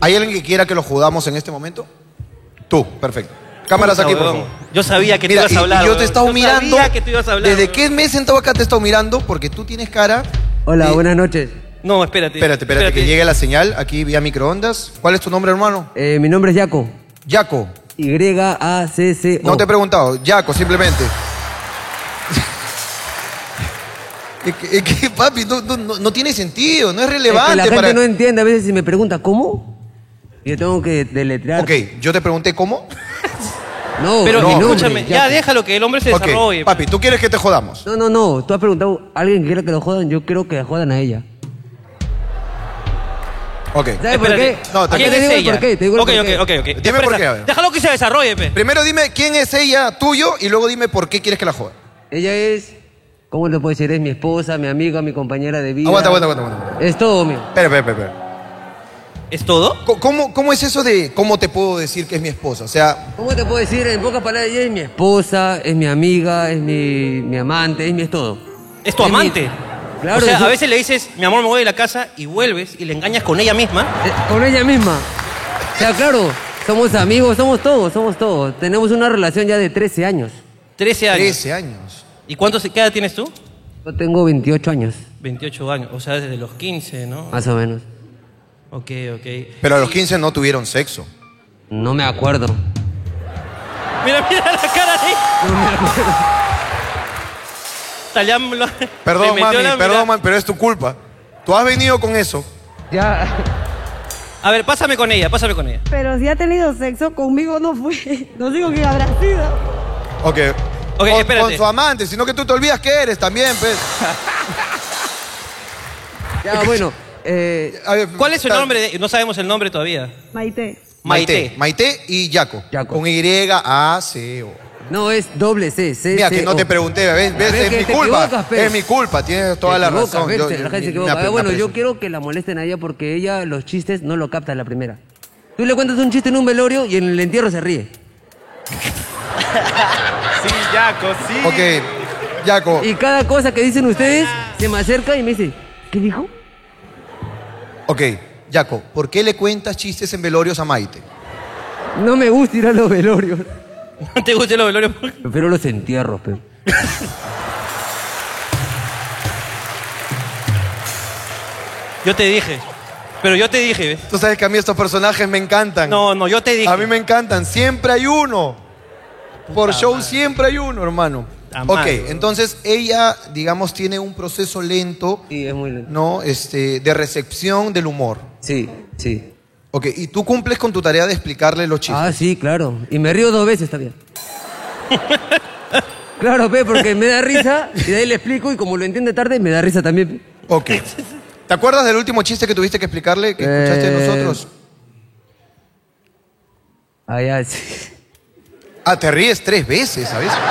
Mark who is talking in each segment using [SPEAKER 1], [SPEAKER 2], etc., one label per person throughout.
[SPEAKER 1] ¿Hay alguien que quiera que lo jodamos en este momento? Tú, perfecto. Cámaras
[SPEAKER 2] Puta,
[SPEAKER 1] aquí, por
[SPEAKER 2] huevón.
[SPEAKER 1] favor.
[SPEAKER 2] Yo sabía que
[SPEAKER 1] Mira,
[SPEAKER 2] tú ibas
[SPEAKER 1] y-
[SPEAKER 2] a
[SPEAKER 1] y yo
[SPEAKER 2] hablar.
[SPEAKER 1] te he
[SPEAKER 2] huevón.
[SPEAKER 1] estado mirando.
[SPEAKER 2] Sabía que tú ibas a hablar.
[SPEAKER 1] ¿Desde
[SPEAKER 2] huevón.
[SPEAKER 1] qué me he sentado acá te he estado mirando? Porque tú tienes cara.
[SPEAKER 3] Hola,
[SPEAKER 1] Sí.
[SPEAKER 3] buenas noches.
[SPEAKER 2] No, espérate.
[SPEAKER 1] Espérate, espérate, que llegue la señal aquí vía microondas. ¿Cuál es tu nombre, hermano?
[SPEAKER 3] Eh, mi nombre es Yaco.
[SPEAKER 1] Yaco.
[SPEAKER 3] Y-A-C-C-O.
[SPEAKER 1] No te he preguntado, Yaco, simplemente. es, que, es que, papi, no, no- no- no tiene sentido, no es
[SPEAKER 3] Es que
[SPEAKER 1] relevante.
[SPEAKER 3] la gente
[SPEAKER 1] para...
[SPEAKER 3] no entiende. A veces si me pregunta, ¿cómo? Yo tengo que deletrear.
[SPEAKER 1] Ok, yo te pregunté cómo.
[SPEAKER 3] No,
[SPEAKER 2] Pero
[SPEAKER 3] mi nombre,
[SPEAKER 2] escúchame, ya,
[SPEAKER 3] Yaco.
[SPEAKER 2] déjalo que el hombre se
[SPEAKER 1] Ok,
[SPEAKER 2] desarrolle.
[SPEAKER 1] papi, ¿tú quieres que te jodamos?
[SPEAKER 3] No, no, no. Tú has preguntado a alguien que quiera que lo jodan. Yo quiero que la jodan a ella.
[SPEAKER 1] Ok.
[SPEAKER 3] ¿Sabes por
[SPEAKER 2] Espérate.
[SPEAKER 3] qué?
[SPEAKER 1] No,
[SPEAKER 3] Acá
[SPEAKER 1] ¿quién
[SPEAKER 3] te
[SPEAKER 2] es
[SPEAKER 3] digo el
[SPEAKER 2] ella?
[SPEAKER 3] por qué. Te digo el
[SPEAKER 2] Ok,
[SPEAKER 3] por
[SPEAKER 2] ok,
[SPEAKER 3] qué.
[SPEAKER 2] ok, ok.
[SPEAKER 1] Dime
[SPEAKER 2] Expresa.
[SPEAKER 1] por qué, a ver.
[SPEAKER 2] Déjalo que se desarrolle, pe.
[SPEAKER 1] Primero dime quién es ella tuyo y luego dime por qué quieres que la joda.
[SPEAKER 3] Ella es. ¿Cómo lo puedo decir? Es mi esposa, mi amiga, mi compañera de vida.
[SPEAKER 1] Aguanta, aguanta, aguanta, aguanta.
[SPEAKER 3] Es todo mío.
[SPEAKER 1] Espera, espera, espera, espera.
[SPEAKER 2] ¿Es todo?
[SPEAKER 1] Co- ¿Cómo, ¿Cómo es eso de cómo te puedo decir que es mi esposa? O sea,
[SPEAKER 3] ¿Cómo te puedo decir en pocas palabras? Ella es mi esposa, es mi amiga, es mi, mi amante, es mi es todo.
[SPEAKER 2] ¿Es tu
[SPEAKER 3] mi-
[SPEAKER 2] amante?
[SPEAKER 3] Claro.
[SPEAKER 2] O sea,
[SPEAKER 3] eso-
[SPEAKER 2] a veces le dices, mi amor, me voy de la casa y vuelves y le engañas con ella misma.
[SPEAKER 3] eh, Con ella misma. O sea, claro, somos amigos, somos todos, somos todos. Tenemos una relación ya de 13 años.
[SPEAKER 2] 13 años.
[SPEAKER 1] 13 años.
[SPEAKER 2] ¿Y cuántos, qué edad tienes tú?
[SPEAKER 3] Yo tengo 28 años,
[SPEAKER 2] 28 años. O sea, desde los 15, ¿no?
[SPEAKER 3] más o menos.
[SPEAKER 2] Ok, ok.
[SPEAKER 1] Pero a los 15 no tuvieron sexo.
[SPEAKER 3] No me acuerdo.
[SPEAKER 2] Mira, mira la cara ahí. Tallam lo- le
[SPEAKER 1] Perdón,
[SPEAKER 2] metió
[SPEAKER 1] mami,
[SPEAKER 2] la mirada.
[SPEAKER 1] perdón, mami, pero es tu culpa. Tú has venido con eso.
[SPEAKER 3] Ya.
[SPEAKER 2] A ver, pásame con ella, pásame con ella.
[SPEAKER 4] Pero si ha tenido sexo conmigo no fue. No digo que habrá sido.
[SPEAKER 1] Ok.
[SPEAKER 2] Ok,
[SPEAKER 1] con,
[SPEAKER 2] espérate.
[SPEAKER 1] con su amante, sino que tú te olvidas que eres también, pues.
[SPEAKER 3] Ya, bueno. eh,
[SPEAKER 1] A ver,
[SPEAKER 2] ¿Cuál es el
[SPEAKER 1] tal-
[SPEAKER 2] nombre? de- no sabemos el nombre todavía.
[SPEAKER 4] Maite.
[SPEAKER 1] Maite.
[SPEAKER 2] Maite.
[SPEAKER 1] Maite y Yaco.
[SPEAKER 3] Yaco.
[SPEAKER 1] Con Y, A, C, O.
[SPEAKER 3] no, es doble C, C,
[SPEAKER 1] Mira, que
[SPEAKER 3] C,
[SPEAKER 1] no te
[SPEAKER 3] O.
[SPEAKER 1] pregunté, ¿ves? ¿Ves?
[SPEAKER 3] ves
[SPEAKER 1] Es
[SPEAKER 3] que
[SPEAKER 1] mi
[SPEAKER 3] te
[SPEAKER 1] culpa.
[SPEAKER 3] equivocas, pues. pe.
[SPEAKER 1] Es mi culpa, tienes toda
[SPEAKER 3] Se
[SPEAKER 1] la
[SPEAKER 3] equivoca,
[SPEAKER 1] razón.
[SPEAKER 3] ves,
[SPEAKER 1] Yo-
[SPEAKER 3] se- la gente se
[SPEAKER 1] me-
[SPEAKER 3] equivoca.
[SPEAKER 1] me
[SPEAKER 3] Ah,
[SPEAKER 1] apre-
[SPEAKER 3] bueno,
[SPEAKER 1] me
[SPEAKER 3] yo
[SPEAKER 1] aprecio.
[SPEAKER 3] quiero que la molesten a ella porque ella los chistes no lo capta a la primera. Tú le cuentas un chiste en un velorio y en el entierro se ríe.
[SPEAKER 5] Sí, Yaco, sí.
[SPEAKER 1] Ok, Yaco.
[SPEAKER 3] Y cada cosa que dicen ustedes se me acerca y me dice, ¿qué dijo?
[SPEAKER 1] Ok, Yaco, ¿por qué le cuentas chistes en velorios a Maite?
[SPEAKER 3] No me gusta ir a los velorios.
[SPEAKER 2] ¿No te gusta los velorios?
[SPEAKER 3] Prefiero los entierros, pero.
[SPEAKER 2] Yo te dije. Pero yo te dije, ¿ves?
[SPEAKER 1] Tú sabes que a mí estos personajes me encantan.
[SPEAKER 2] No, no, yo te dije.
[SPEAKER 1] A mí me encantan. Siempre hay uno. Por show siempre hay uno, hermano.
[SPEAKER 2] Puta
[SPEAKER 1] ok,
[SPEAKER 2] madre, bro.
[SPEAKER 1] entonces ella, digamos, tiene un proceso lento,
[SPEAKER 3] Sí, es muy lento.
[SPEAKER 1] ¿no? Este, de recepción del humor.
[SPEAKER 3] Sí, sí.
[SPEAKER 1] Ok, y tú cumples con tu tarea de explicarle los chistes.
[SPEAKER 3] Ah, sí, claro. Y me río dos veces también. Claro, pe, porque me da risa y de ahí le explico y como lo entiende tarde, me da risa también. pe.
[SPEAKER 1] Ok. ¿Te acuerdas del último chiste que tuviste que explicarle que escuchaste de
[SPEAKER 3] Eh.
[SPEAKER 1] nosotros?
[SPEAKER 3] Ah, ya, sí.
[SPEAKER 1] Ah, te ríes tres veces, ¿sabes?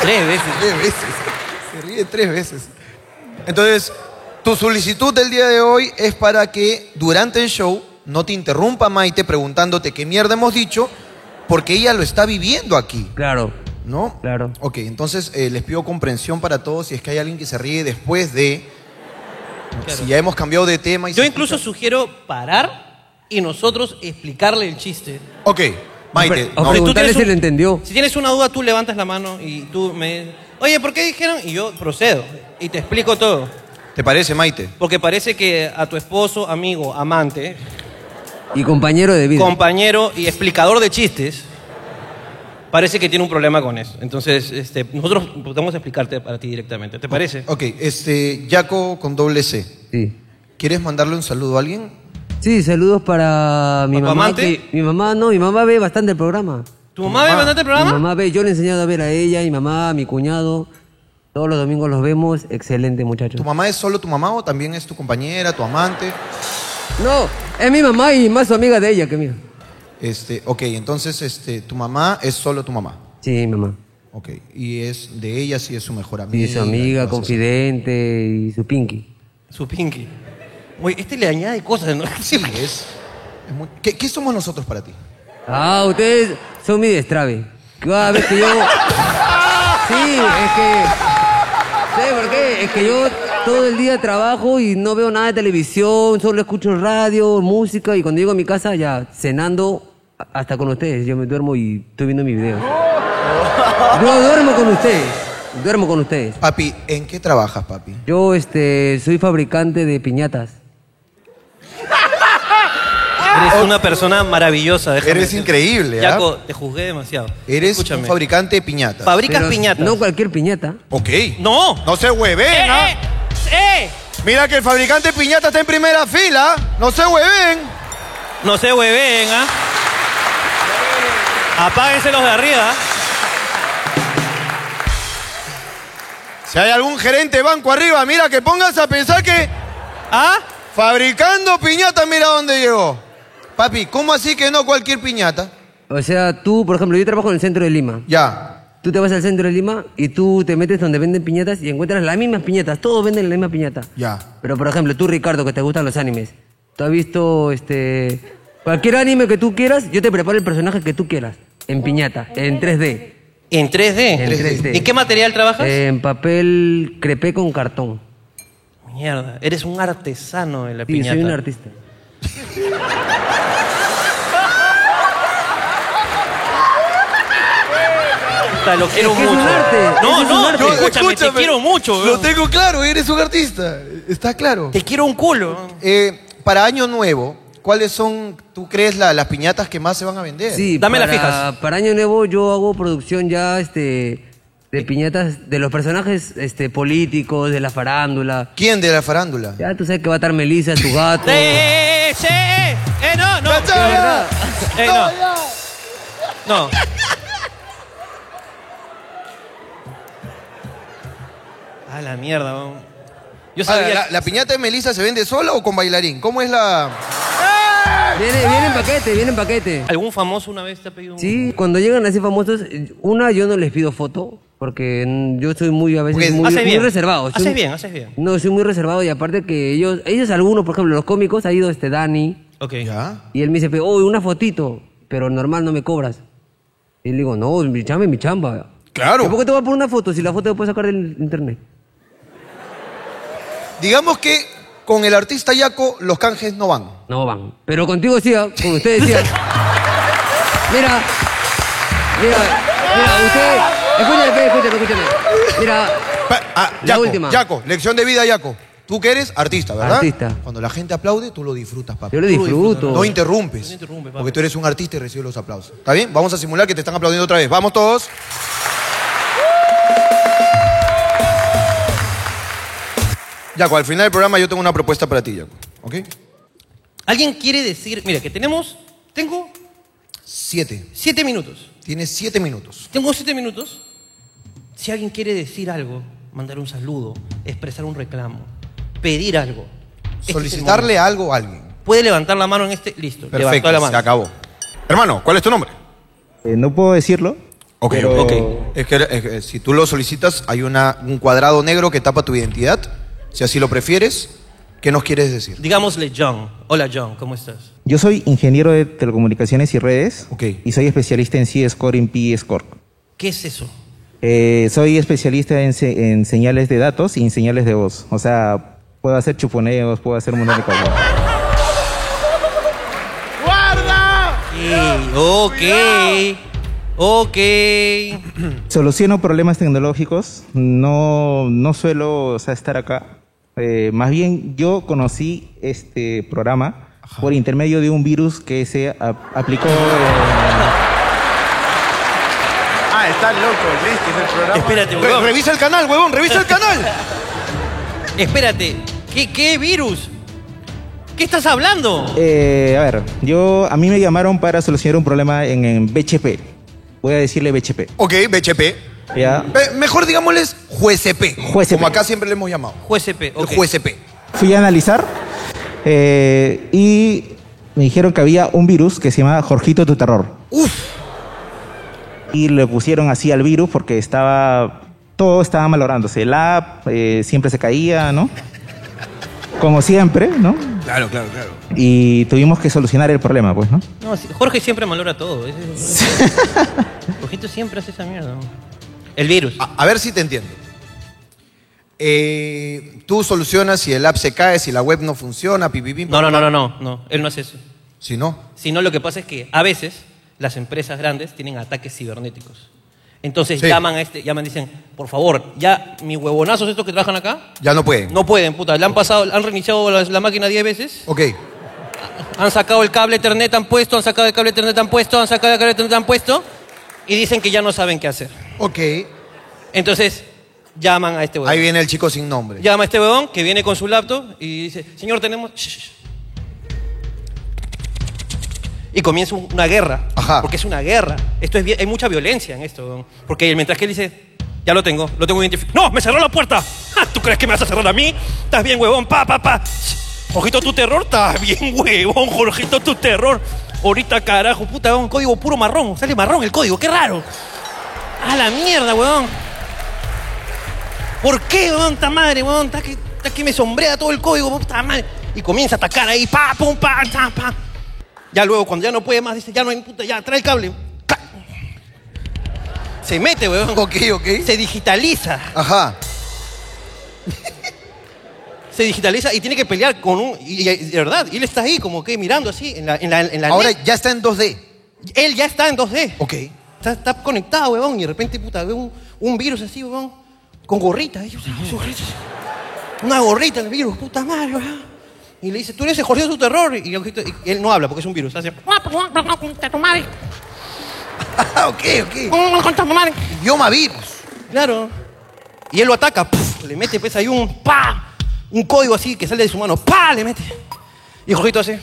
[SPEAKER 2] Tres veces.
[SPEAKER 1] tres veces. Se ríe tres veces. Entonces, tu solicitud del día de hoy es para que durante el show no te interrumpa Maite preguntándote qué mierda hemos dicho, porque ella lo está viviendo aquí,
[SPEAKER 3] Claro.
[SPEAKER 1] ¿no?
[SPEAKER 3] Claro.
[SPEAKER 1] Ok, entonces eh, les pido comprensión para todos si es que hay alguien que se ríe después de. Si ya hemos cambiado de tema. Y
[SPEAKER 2] Yo
[SPEAKER 1] se
[SPEAKER 2] incluso
[SPEAKER 1] escucha-
[SPEAKER 2] sugiero parar y nosotros explicarle el chiste.
[SPEAKER 1] Ok, Maite.
[SPEAKER 3] O
[SPEAKER 1] no.
[SPEAKER 2] pre-
[SPEAKER 3] preguntarle
[SPEAKER 2] tú tienes
[SPEAKER 3] si
[SPEAKER 2] un-
[SPEAKER 3] lo entendió.
[SPEAKER 2] Si tienes una duda, tú levantas la mano y tú me... Oye, ¿por qué dijeron? Y yo procedo y te explico todo.
[SPEAKER 1] ¿Te parece, Maite?
[SPEAKER 2] Porque parece que a tu esposo, amigo, amante,
[SPEAKER 3] Y compañero de vida.
[SPEAKER 2] compañero y explicador de chistes, parece que tiene un problema con eso. Entonces, este, nosotros podemos explicarte para ti directamente. ¿Te parece?
[SPEAKER 1] Ok, este, Jaco con doble C.
[SPEAKER 3] sí.
[SPEAKER 1] ¿Quieres mandarle un saludo a alguien?
[SPEAKER 3] Sí, saludos para mi
[SPEAKER 2] ¿Para tu
[SPEAKER 3] mamá.
[SPEAKER 2] amante?
[SPEAKER 3] que- mi mamá, no, mi mamá ve bastante el programa.
[SPEAKER 2] ¿Tu mamá ve bastante el
[SPEAKER 3] Mi
[SPEAKER 2] programa?
[SPEAKER 3] mamá ve, yo le he enseñado a ver a ella, mi mamá, mi cuñado. Todos los domingos los vemos. Excelente, muchachos.
[SPEAKER 1] ¿Tu mamá es solo tu mamá o también es tu compañera, tu amante?
[SPEAKER 3] No, es mi mamá y más su amiga de ella que mía.
[SPEAKER 1] Este, ok, entonces este, tu mamá es solo tu mamá.
[SPEAKER 3] Sí, mi mamá.
[SPEAKER 1] Ok, y es de ella sí es su mejor amiga.
[SPEAKER 3] Y su amiga,
[SPEAKER 1] entonces-
[SPEAKER 3] confidente y su pinky.
[SPEAKER 2] Su pinky. Oye, este le añade cosas, ¿no?
[SPEAKER 1] Sí, es. es muy- ¿Qué, qué somos nosotros para ti?
[SPEAKER 3] Ah, ustedes son mi destrave. Cada vez que yo... Sí, es que... ¿Sabes por qué? Es que yo Todo el día trabajo y no veo nada de televisión, solo escucho radio, música y cuando llego a mi casa ya cenando a- hasta con ustedes. Yo me duermo y estoy viendo mis videos. Yo duermo con ustedes. Duermo con ustedes.
[SPEAKER 1] Papi, ¿en qué trabajas, papi?
[SPEAKER 3] Yo este soy fabricante de piñatas.
[SPEAKER 2] Eres una persona maravillosa. déjame
[SPEAKER 1] Eres
[SPEAKER 2] decirte.
[SPEAKER 3] ¿eh?
[SPEAKER 1] increíble, ¿ah?
[SPEAKER 2] Yaco, te juzgué demasiado.
[SPEAKER 1] Eres
[SPEAKER 2] Escúchame.
[SPEAKER 1] un fabricante de piñatas.
[SPEAKER 2] Fabricas
[SPEAKER 3] Pero
[SPEAKER 2] piñatas.
[SPEAKER 3] No cualquier piñata.
[SPEAKER 1] ok.
[SPEAKER 2] No.
[SPEAKER 1] No se hueven,
[SPEAKER 2] ¡Eh,
[SPEAKER 1] ¿ah?
[SPEAKER 2] eh! ¡Eh!
[SPEAKER 1] Mira que el fabricante de piñatas está en primera fila. ¿ah? No se hueven.
[SPEAKER 2] No se hueven, ¿ah? Apáguense los de arriba. ¿ah?
[SPEAKER 1] Si hay algún gerente de banco arriba, mira que pongas a pensar que
[SPEAKER 2] ¿Ah?
[SPEAKER 1] fabricando piñatas, mira dónde llegó. Papi, ¿cómo así que no cualquier piñata?
[SPEAKER 3] O sea, tú, por ejemplo, yo trabajo en el centro de Lima.
[SPEAKER 1] Ya.
[SPEAKER 3] Tú te vas al centro de Lima y tú te metes donde venden piñatas y encuentras las mismas piñatas. Todos venden la misma piñata.
[SPEAKER 1] Ya.
[SPEAKER 3] Pero, por ejemplo, tú, Ricardo, que te gustan los animes, tú has visto este cualquier anime que tú quieras, yo te preparo el personaje que tú quieras. En piñata, en 3D.
[SPEAKER 2] En 3D.
[SPEAKER 3] En Eh. 3D.
[SPEAKER 2] ¿En qué material trabajas?
[SPEAKER 3] En papel crepé con cartón.
[SPEAKER 2] Mierda, eres un artesano de la
[SPEAKER 3] Sí,
[SPEAKER 2] piñata.
[SPEAKER 3] soy un artista.
[SPEAKER 2] Puta, Lo quiero
[SPEAKER 3] que es
[SPEAKER 2] mucho.
[SPEAKER 3] un arte,
[SPEAKER 2] No,
[SPEAKER 3] es un
[SPEAKER 2] no,
[SPEAKER 3] arte.
[SPEAKER 2] yo- escúchame, te quiero mucho.
[SPEAKER 1] Lo
[SPEAKER 2] weón.
[SPEAKER 1] tengo claro, eres un artista. Está claro.
[SPEAKER 2] Te quiero un culo.
[SPEAKER 1] Eh, para Año Nuevo, ¿cuáles son, tú crees, la- las piñatas que más se van a vender?
[SPEAKER 3] Sí,
[SPEAKER 2] Dame las
[SPEAKER 3] para-
[SPEAKER 2] fijas.
[SPEAKER 3] Para Año Nuevo yo hago producción ya este de piñatas de los personajes este políticos, de la farándula.
[SPEAKER 1] ¿Quién de la farándula?
[SPEAKER 3] Ya tú sabes que va a estar Melissa, tu gato.
[SPEAKER 2] Eh, eh, eh, eh, eh, eh, no, no.
[SPEAKER 1] ¡Cachaya!
[SPEAKER 2] Eh, no. No. A la mierda, vamos. Yo
[SPEAKER 1] Ah,
[SPEAKER 2] sabía.
[SPEAKER 1] la, la piñata de Melissa se vende sola o con bailarín? ¿Cómo es la...?
[SPEAKER 3] Viene, viene en paquete, viene en paquete.
[SPEAKER 2] ¿Algún famoso una vez te ha pedido un.?
[SPEAKER 3] Sí, cuando llegan así famosos, eh, una yo no les pido foto porque mm, yo soy muy a
[SPEAKER 1] Porque
[SPEAKER 3] veces muy,
[SPEAKER 2] haces
[SPEAKER 3] muy
[SPEAKER 2] bien.
[SPEAKER 3] reservado.
[SPEAKER 2] Haces
[SPEAKER 3] Soy-
[SPEAKER 2] bien, haces bien.
[SPEAKER 3] No, soy muy reservado y aparte que ellos, ellos algunos, por ejemplo, los cómicos ha ido este Dani,
[SPEAKER 2] Ok.
[SPEAKER 1] Ya.
[SPEAKER 3] Y él me dice, pe, oh, una fotito, pero normal no me cobras. Y le digo, no, mi chamba es mi chamba.
[SPEAKER 1] Claro.
[SPEAKER 3] ¿Y ¿Por qué te voy a poner una foto si la foto la puedes sacar del internet?
[SPEAKER 1] Digamos que con el artista Yaco los canjes no van.
[SPEAKER 3] No van. Pero contigo sí, ah, con ustedes sí. ah. Mira, mira, mira, usted... Escúchame, pe, escúchame, escúchame. Mira,
[SPEAKER 1] Pa- ah,
[SPEAKER 3] La
[SPEAKER 1] Yaco,
[SPEAKER 3] última.
[SPEAKER 1] Yaco, lección de vida, Yaco. Tú que eres artista, ¿verdad?
[SPEAKER 3] Artista.
[SPEAKER 1] Cuando la gente aplaude, tú lo disfrutas, papi.
[SPEAKER 3] yo lo
[SPEAKER 1] Tú
[SPEAKER 3] disfruto.
[SPEAKER 1] No interrumpes.
[SPEAKER 2] interrumpes, papi.
[SPEAKER 1] porque tú eres un artista y recibes los aplausos. ¿Está bien? Vamos a simular que te están aplaudiendo otra vez. Vamos todos. Yaco, al final del programa yo tengo una propuesta para ti, Yaco. ¿Ok?
[SPEAKER 2] ¿Alguien quiere decir.? Mira, que tenemos. Tengo
[SPEAKER 1] Siete.
[SPEAKER 2] siete minutos.
[SPEAKER 1] Tienes siete minutos.
[SPEAKER 2] Tengo siete minutos. Si alguien quiere decir algo, mandar un saludo, expresar un reclamo, pedir algo. este es el
[SPEAKER 1] Solicitarle algo a alguien.
[SPEAKER 2] momento. Puede levantar la mano en este. Listo.
[SPEAKER 1] Perfecto,
[SPEAKER 2] levantó la
[SPEAKER 1] se
[SPEAKER 2] mano.
[SPEAKER 1] acabó. Hermano, ¿cuál es tu nombre?
[SPEAKER 6] Eh, no puedo decirlo.
[SPEAKER 1] Ok,
[SPEAKER 6] pero-
[SPEAKER 1] ok. Es que, es que eh, si tú lo solicitas, hay una, un cuadrado negro que tapa tu identidad. Si así lo prefieres, ¿qué nos quieres decir?
[SPEAKER 2] Digámosle John. Hola John, ¿cómo estás?
[SPEAKER 6] Yo soy ingeniero de telecomunicaciones y redes
[SPEAKER 1] Ok.
[SPEAKER 6] y soy especialista en C-Score y en P-Score.
[SPEAKER 2] ¿Qué es eso?
[SPEAKER 6] Eh, soy especialista en, se- en señales de datos y en señales de voz. O sea, puedo hacer chuponeos, puedo hacer un montón de cosas.
[SPEAKER 2] Eh, ok. Ok.
[SPEAKER 6] Soluciono problemas tecnológicos. No, no suelo o sea, estar acá. Eh, más bien, yo conocí este programa por intermedio de un virus que se ap- aplicó. en-
[SPEAKER 7] Ah, está loco, ¿ves? Que es el programa.
[SPEAKER 2] Espérate,
[SPEAKER 1] Re-
[SPEAKER 2] huevón.
[SPEAKER 1] revisa el canal, huevón, revisa el canal.
[SPEAKER 2] Espérate. ¿Qué, ¿Qué virus? ¿Qué estás hablando?
[SPEAKER 6] Eh, a ver, yo, a mí me llamaron para solucionar un problema en, en BHP. Voy a decirle BHP.
[SPEAKER 1] Ok, BHP.
[SPEAKER 6] Ya.
[SPEAKER 1] Ve- Eh, mejor digámosles juezp.
[SPEAKER 6] Juezp.
[SPEAKER 1] Como acá siempre le hemos llamado.
[SPEAKER 2] Juez P.
[SPEAKER 1] El juezp.
[SPEAKER 6] Fui a analizar eh, y me dijeron que había un virus que se llamaba Jorgito tu Terror.
[SPEAKER 1] Uf,
[SPEAKER 6] Y le pusieron así al virus porque estaba. Todo estaba malográndose. El app eh, siempre se caía, ¿no? Como siempre, ¿no?
[SPEAKER 1] claro, claro, claro.
[SPEAKER 6] Y tuvimos que solucionar el problema, pues, ¿no?
[SPEAKER 2] No, sí, Jorge siempre malora todo. Ese-
[SPEAKER 1] Ah,
[SPEAKER 2] Jorgito siempre hace esa mierda. El virus.
[SPEAKER 1] A, a ver si te entiendo. eh, tú solucionas si el app se cae, si la web no funciona, pipipim.
[SPEAKER 2] No, no, no, no, no, no, él no hace eso.
[SPEAKER 1] Si no.
[SPEAKER 2] Sino lo que pasa es que a veces las empresas grandes tienen ataques cibernéticos. Entonces
[SPEAKER 1] Sí.
[SPEAKER 2] llaman a este, llaman, dicen, por favor, ya mis huevonazos estos que trabajan acá,
[SPEAKER 1] Ya no pueden.
[SPEAKER 2] no pueden, puta, le han pasado, han reiniciado la, la máquina 10 veces,
[SPEAKER 1] Ok.
[SPEAKER 2] han sacado el cable Ethernet, han puesto, han sacado el cable Ethernet, han puesto, han sacado el cable Ethernet, han puesto, y dicen que ya no saben qué hacer.
[SPEAKER 1] Ok.
[SPEAKER 2] Entonces llaman a este huevón.
[SPEAKER 1] Ahí viene el chico sin nombre.
[SPEAKER 2] Llama a este huevón que viene con su laptop y dice, señor, tenemos... Shh, shh". Y comienza un- una guerra.
[SPEAKER 1] Ajá.
[SPEAKER 2] Porque es una guerra. Esto es, vi- hay mucha violencia en esto. huevón. Porque mientras que él dice, ya lo tengo, lo tengo identificado. ¡No, me cerró la puerta! ¡Ja! ¿Tú crees que me vas a cerrar a mí? ¿Estás bien, huevón? ¡Pa, pa, pa! Shh. Jorgito, tu terror. ¿Estás bien, huevón? Jorgito, tu terror. Ahorita, carajo, puta, un código puro marrón. Sale marrón el código, qué raro. A la mierda, huevón. ¿Por qué, weón? ¡Ta madre, weón! ¡Ta que, ta que me sombrea todo el código, puta madre! Y comienza a atacar ahí, pa, pum, pa, ta, pa. Ya luego, cuando ya no puede más, dice, ya no hay puta, ya, trae el cable. Clac. Se mete, weón.
[SPEAKER 1] Ok, ok.
[SPEAKER 2] Se digitaliza.
[SPEAKER 1] Ajá.
[SPEAKER 2] Se digitaliza y tiene que pelear con un. Y, y- de verdad, y él está ahí, como que mirando así, en la. En la, en la
[SPEAKER 1] Ahora
[SPEAKER 2] net.
[SPEAKER 1] ya está en 2D.
[SPEAKER 2] Él ya está en 2D.
[SPEAKER 1] Ok.
[SPEAKER 2] Está, está conectado, weón, y de repente, puta, ve un, un virus así, weón, con gorrita. Y yo, "Su gorrita". Una gorrita el virus, puta madre, weón. Y le dice, tú eres el Jorge de su terror. Y, el ojito- y él no habla porque es un virus. Hace, pues,
[SPEAKER 1] Ah, ok, ok. Idioma virus.
[SPEAKER 2] claro. Y él lo ataca, puf, le mete pues ahí un pa, un código así que sale de su mano, pa, le mete. Y Jorgito hace,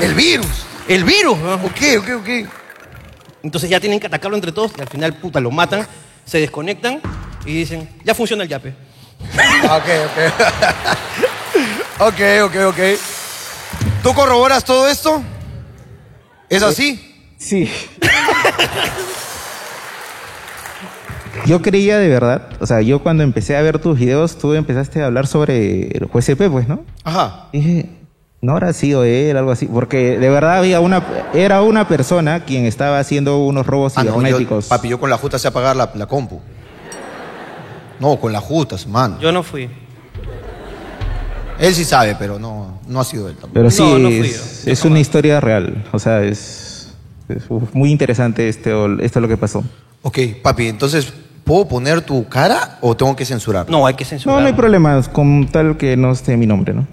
[SPEAKER 1] El virus. Ah,
[SPEAKER 2] el virus, weón.
[SPEAKER 1] Ok, ok, ok.
[SPEAKER 2] Entonces ya tienen que atacarlo entre todos y al final, puta, lo matan, se desconectan y dicen, ya funciona el yape.
[SPEAKER 1] Ah, Ok, ok. ok, ok, ok. ¿Tú corroboras todo esto? ¿Es así?
[SPEAKER 6] Sí. Yo creía de verdad, o sea, yo cuando empecé a ver tus videos, tú empezaste a hablar sobre el juez CP, pues, ¿no?
[SPEAKER 1] Ajá.
[SPEAKER 6] Dije, no habrá sido él, algo así, porque de verdad había una, era una persona quien estaba haciendo unos robos
[SPEAKER 1] Ah, no, yo-
[SPEAKER 6] cibernéticos.
[SPEAKER 1] papi, yo con la justa sé apagar la, la compu. No, con las justas, man.
[SPEAKER 2] Yo no fui.
[SPEAKER 1] Él sí sabe, pero no, no ha sido él tampoco.
[SPEAKER 6] Pero sí,
[SPEAKER 2] No, no fui yo.
[SPEAKER 6] es, es una historia real, o sea, es, es muy interesante este, esto lo que pasó.
[SPEAKER 1] Ok, papi, entonces, ¿puedo poner tu cara o tengo que censurar?
[SPEAKER 2] No, hay que
[SPEAKER 6] No,
[SPEAKER 2] censurar.
[SPEAKER 6] no hay problemas, con tal que no esté mi nombre, ¿no?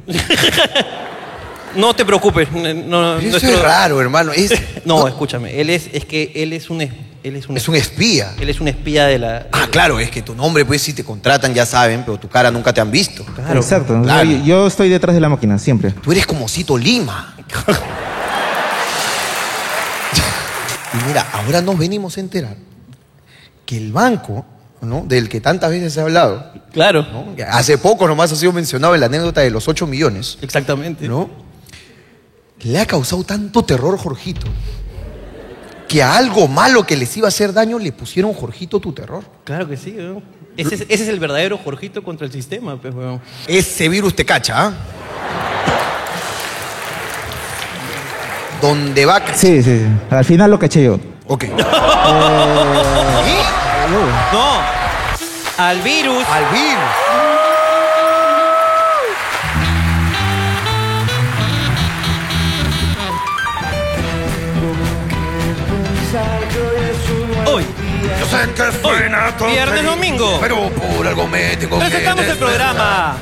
[SPEAKER 2] No te preocupes. n- No,
[SPEAKER 1] Pero Eso
[SPEAKER 2] nuestro-
[SPEAKER 1] es raro, hermano. Es,
[SPEAKER 2] No, escúchame. Él es, es que él es un, es- él es un,
[SPEAKER 1] es un espía.
[SPEAKER 2] él es un espía de la.
[SPEAKER 1] Ah, claro, es que tu nombre, pues si te contratan ya saben, pero tu cara nunca te han visto.
[SPEAKER 2] Claro.
[SPEAKER 6] Exacto, o sea,
[SPEAKER 1] claro.
[SPEAKER 6] yo- yo estoy detrás de la máquina, siempre.
[SPEAKER 1] Tú eres como Cito Lima. y mira, ahora nos venimos a enterar que el banco, ¿no? Del que tantas veces he hablado,
[SPEAKER 2] Claro.
[SPEAKER 1] ¿no? que hace poco nomás ha sido mencionado en la anécdota de los 8 millones,
[SPEAKER 2] Exactamente.
[SPEAKER 1] ¿no? Le ha causado tanto terror Jorgito que a algo malo que les iba a hacer daño le pusieron Jorgito tu terror.
[SPEAKER 2] Claro que sí. weón. Ese es, ese es el verdadero Jorgito contra el sistema, pues, weón.
[SPEAKER 1] Ese virus te cacha, ¿ah? Donde va a cachar.
[SPEAKER 6] Sí, sí, sí. Al final lo caché yo.
[SPEAKER 1] Ok. Oh. ¿Sí?
[SPEAKER 2] No. Al virus.
[SPEAKER 1] Al virus.
[SPEAKER 2] Hoy.
[SPEAKER 1] Yo sé que suena todo.
[SPEAKER 2] viernes, domingo.
[SPEAKER 1] Pero por algo me tengo
[SPEAKER 2] Presentamos el programa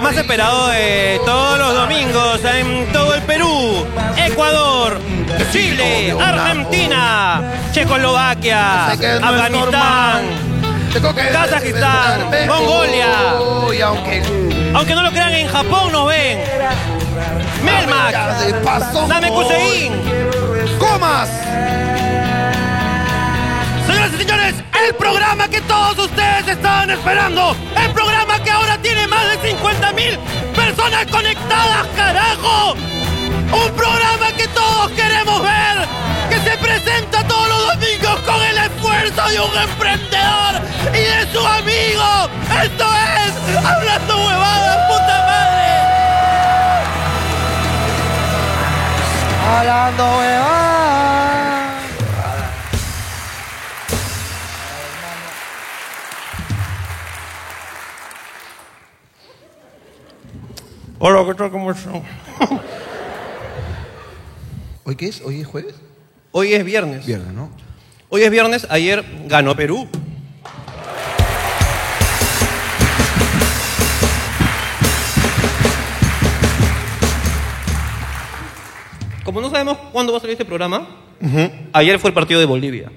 [SPEAKER 2] más esperado de todos los domingos en todo el Perú, Ecuador, Chile, Argentina, Checoslovaquia, Afganistán. Kazajistán, Mongolia.
[SPEAKER 1] Y aunque
[SPEAKER 2] Aunque no lo crean, en Japón nos ven.
[SPEAKER 1] ya
[SPEAKER 2] Melmac,
[SPEAKER 1] se pasó.
[SPEAKER 2] Dame Kusein.
[SPEAKER 1] ¡Comas!
[SPEAKER 2] Señoras y señores, el programa que todos ustedes estaban esperando. El programa que ahora tiene más de 50 mil personas conectadas, carajo. Un programa que todos queremos ver. Que se presenta todos los domingos con el esfuerzo de un emprendedor y de su amigo. Esto es Hablando Huevadas, puta madre.
[SPEAKER 7] Hola, ¿qué tal? ¿Cómo están?
[SPEAKER 1] ¿Hoy qué es? ¿Hoy es jueves?
[SPEAKER 7] Hoy es viernes.
[SPEAKER 1] Viernes, ¿no?
[SPEAKER 7] Hoy es viernes, ayer ganó Perú. Como no sabemos cuándo va a salir este programa, ayer fue el partido de Bolivia.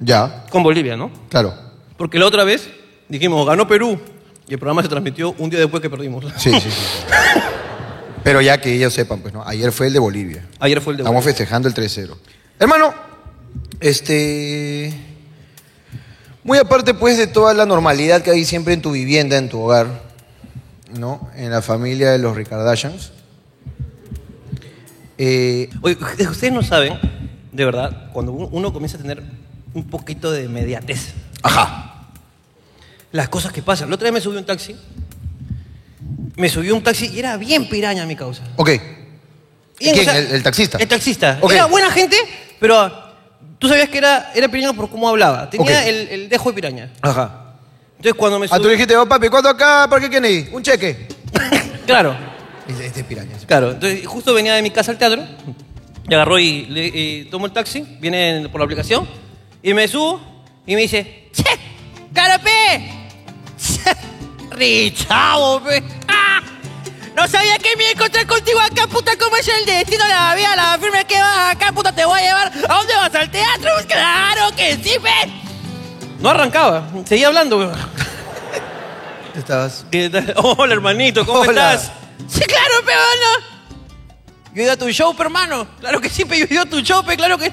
[SPEAKER 1] Ya,
[SPEAKER 7] Con Bolivia, ¿no?
[SPEAKER 1] claro.
[SPEAKER 7] Porque la otra vez dijimos, ganó Perú. Y el programa se transmitió un día después que perdimos.
[SPEAKER 1] Sí, sí, sí, sí. Pero ya que ellos sepan, pues no. Ayer fue el de Bolivia.
[SPEAKER 7] Ayer fue el de
[SPEAKER 1] Estamos
[SPEAKER 7] Bolivia.
[SPEAKER 1] festejando el 3-0. Hermano, este. Muy aparte, pues, de toda la normalidad que hay siempre en tu vivienda, en tu hogar, ¿no? En la familia de los Ricardashans. Eh,
[SPEAKER 7] Oye, ustedes no saben, de verdad, cuando un- uno comienza a tener un poquito de mediatez. Ajá. Las cosas que pasan. La otra vez me subió un taxi. Me subió un taxi y era bien piraña mi causa.
[SPEAKER 1] ok.
[SPEAKER 7] Bien,
[SPEAKER 1] ¿Quién? ¿El- el taxista?
[SPEAKER 7] El taxista.
[SPEAKER 1] Ok.
[SPEAKER 7] Era buena gente, pero ah, tú sabías que era, era piraña por cómo hablaba. Tenía
[SPEAKER 1] Ok.
[SPEAKER 7] el, el dejo de piraña.
[SPEAKER 1] Ajá.
[SPEAKER 7] Entonces cuando me
[SPEAKER 1] Ah, tú le
[SPEAKER 7] subió...
[SPEAKER 1] dijiste, oh, papi, ¿cuánto acá? ¿Para qué Kennedy? Un cheque.
[SPEAKER 7] Claro,
[SPEAKER 1] Este este es piraña.
[SPEAKER 7] claro. Entonces justo venía de mi casa al teatro. Y agarró y, le, y tomó el taxi. Viene en- por la aplicación. Y me subo y me dice... ¡Che! ¡Carapé! ¡Che! ¡Richavo, pe! ¡Ah! No sabía que me iba a encontrar contigo acá, puta, ¿cómo es el destino, la vida, la firme que vas acá, puta, te voy a llevar. ¿A dónde vas? ¿Al teatro? ¡Claro que sí, pe! No arrancaba, seguía hablando, weón.
[SPEAKER 1] Estabas.
[SPEAKER 7] ¿Qué tal? Hola, hermanito, ¿cómo
[SPEAKER 1] Hola.
[SPEAKER 7] estás? Sí, claro, pe, hola. Yo he ido a tu show, pe, hermano. Claro que sí, pe, yo he ido a tu show, pe, claro que...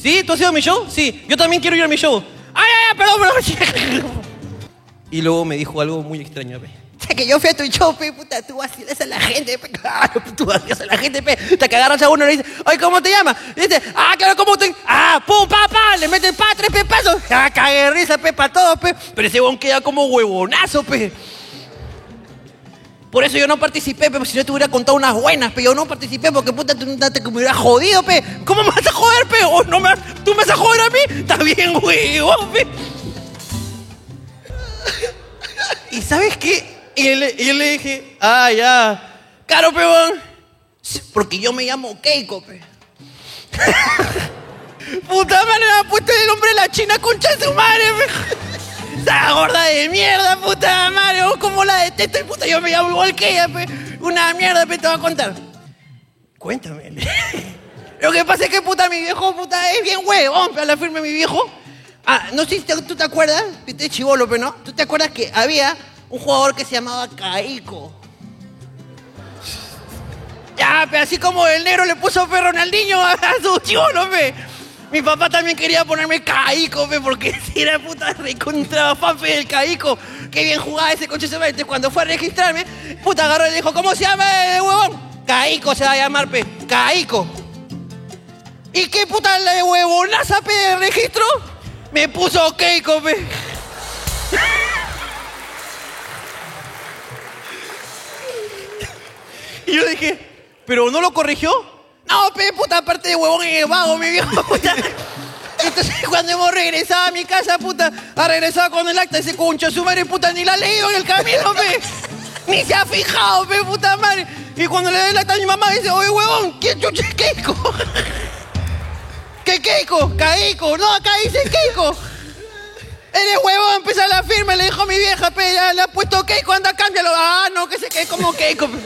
[SPEAKER 7] ¿Sí? ¿Tú has ido a mi show? Sí, yo también quiero ir a mi show. Ay, ay, ay, perdón, perdón. Y luego me dijo algo muy extraño, pe. O sea, que yo fui a tu show, pe, puta, tú vacilas a la gente, pe, claro, tú vacilas a la gente, pe. Te que agarras a uno y le dices, ay, ¿cómo te llamas? Y dice, ah, claro, ¿cómo te...? Ah, pum, pa, pa, le meten pa, tres pe, pasos. Ah, cague de risa, pe, pa' todo, pe. Pero ese weón queda como huevonazo, pe. Por eso yo no participé, pe, porque si no te hubiera contado unas buenas, pe. Yo no participé porque puta, tú no te me hubieras jodido, pe. ¿Cómo me vas a joder, pe? ¿O no me, vas- ¿Tú me vas a joder a mí? Está bien, huevón, pe. ¿Y sabes qué? Y yo le, y yo le dije, ah, ya. Caro, peón. Porque yo me llamo Keiko, pe. Puta madre, me ha puesto el nombre de la china concha de su madre, pe. Esa gorda de mierda, puta madre. Oh, cómo la detesto y puta, yo me llamo igual que ella, pe. Una mierda, pe, te voy a contar. Cuéntame. Lo que pasa es que, puta, mi viejo, puta, es bien huevón, a la firme mi viejo. Ah, no sé si te- tú te acuerdas, viste chivolo, pero no. ¿Tú te acuerdas que había un jugador que se llamaba Caico? Ya, pero así como el negro le puso fe Ronaldinho a, a su chivolo, pe. Mi papá también quería ponerme Caico, pe, porque si era puta recontra fan, pe, del Caico. Qué bien jugaba ese coche, se va. Entonces, Cuando fue a registrarme, puta agarró y le dijo, ¿cómo se llama el huevón? Caico se va a llamar, pe. Caico. ¿Y qué puta la huevonaza pe de registro? Me puso Keiko, pe. Y yo dije, ¿pero no lo corrigió? No, pe, puta, aparte de huevón y de vago, mi viejo, puta. Entonces, cuando hemos regresado a mi casa, puta, ha regresado con el acta ese concha, su madre, puta, ni la ha leído en el camino, pe. Ni se ha fijado, pe, puta madre. Y cuando le doy el acta a mi mamá, dice, oye, huevón, ¿quién chucha es Keiko? ¿Qué Keiko? Caico, no, acá dice Keiko. Eres huevón, empieza la firma, le dijo mi vieja, pe, ya le ha puesto Keiko, anda, cámbialo. Ah, no, que se quede como Keiko. pe.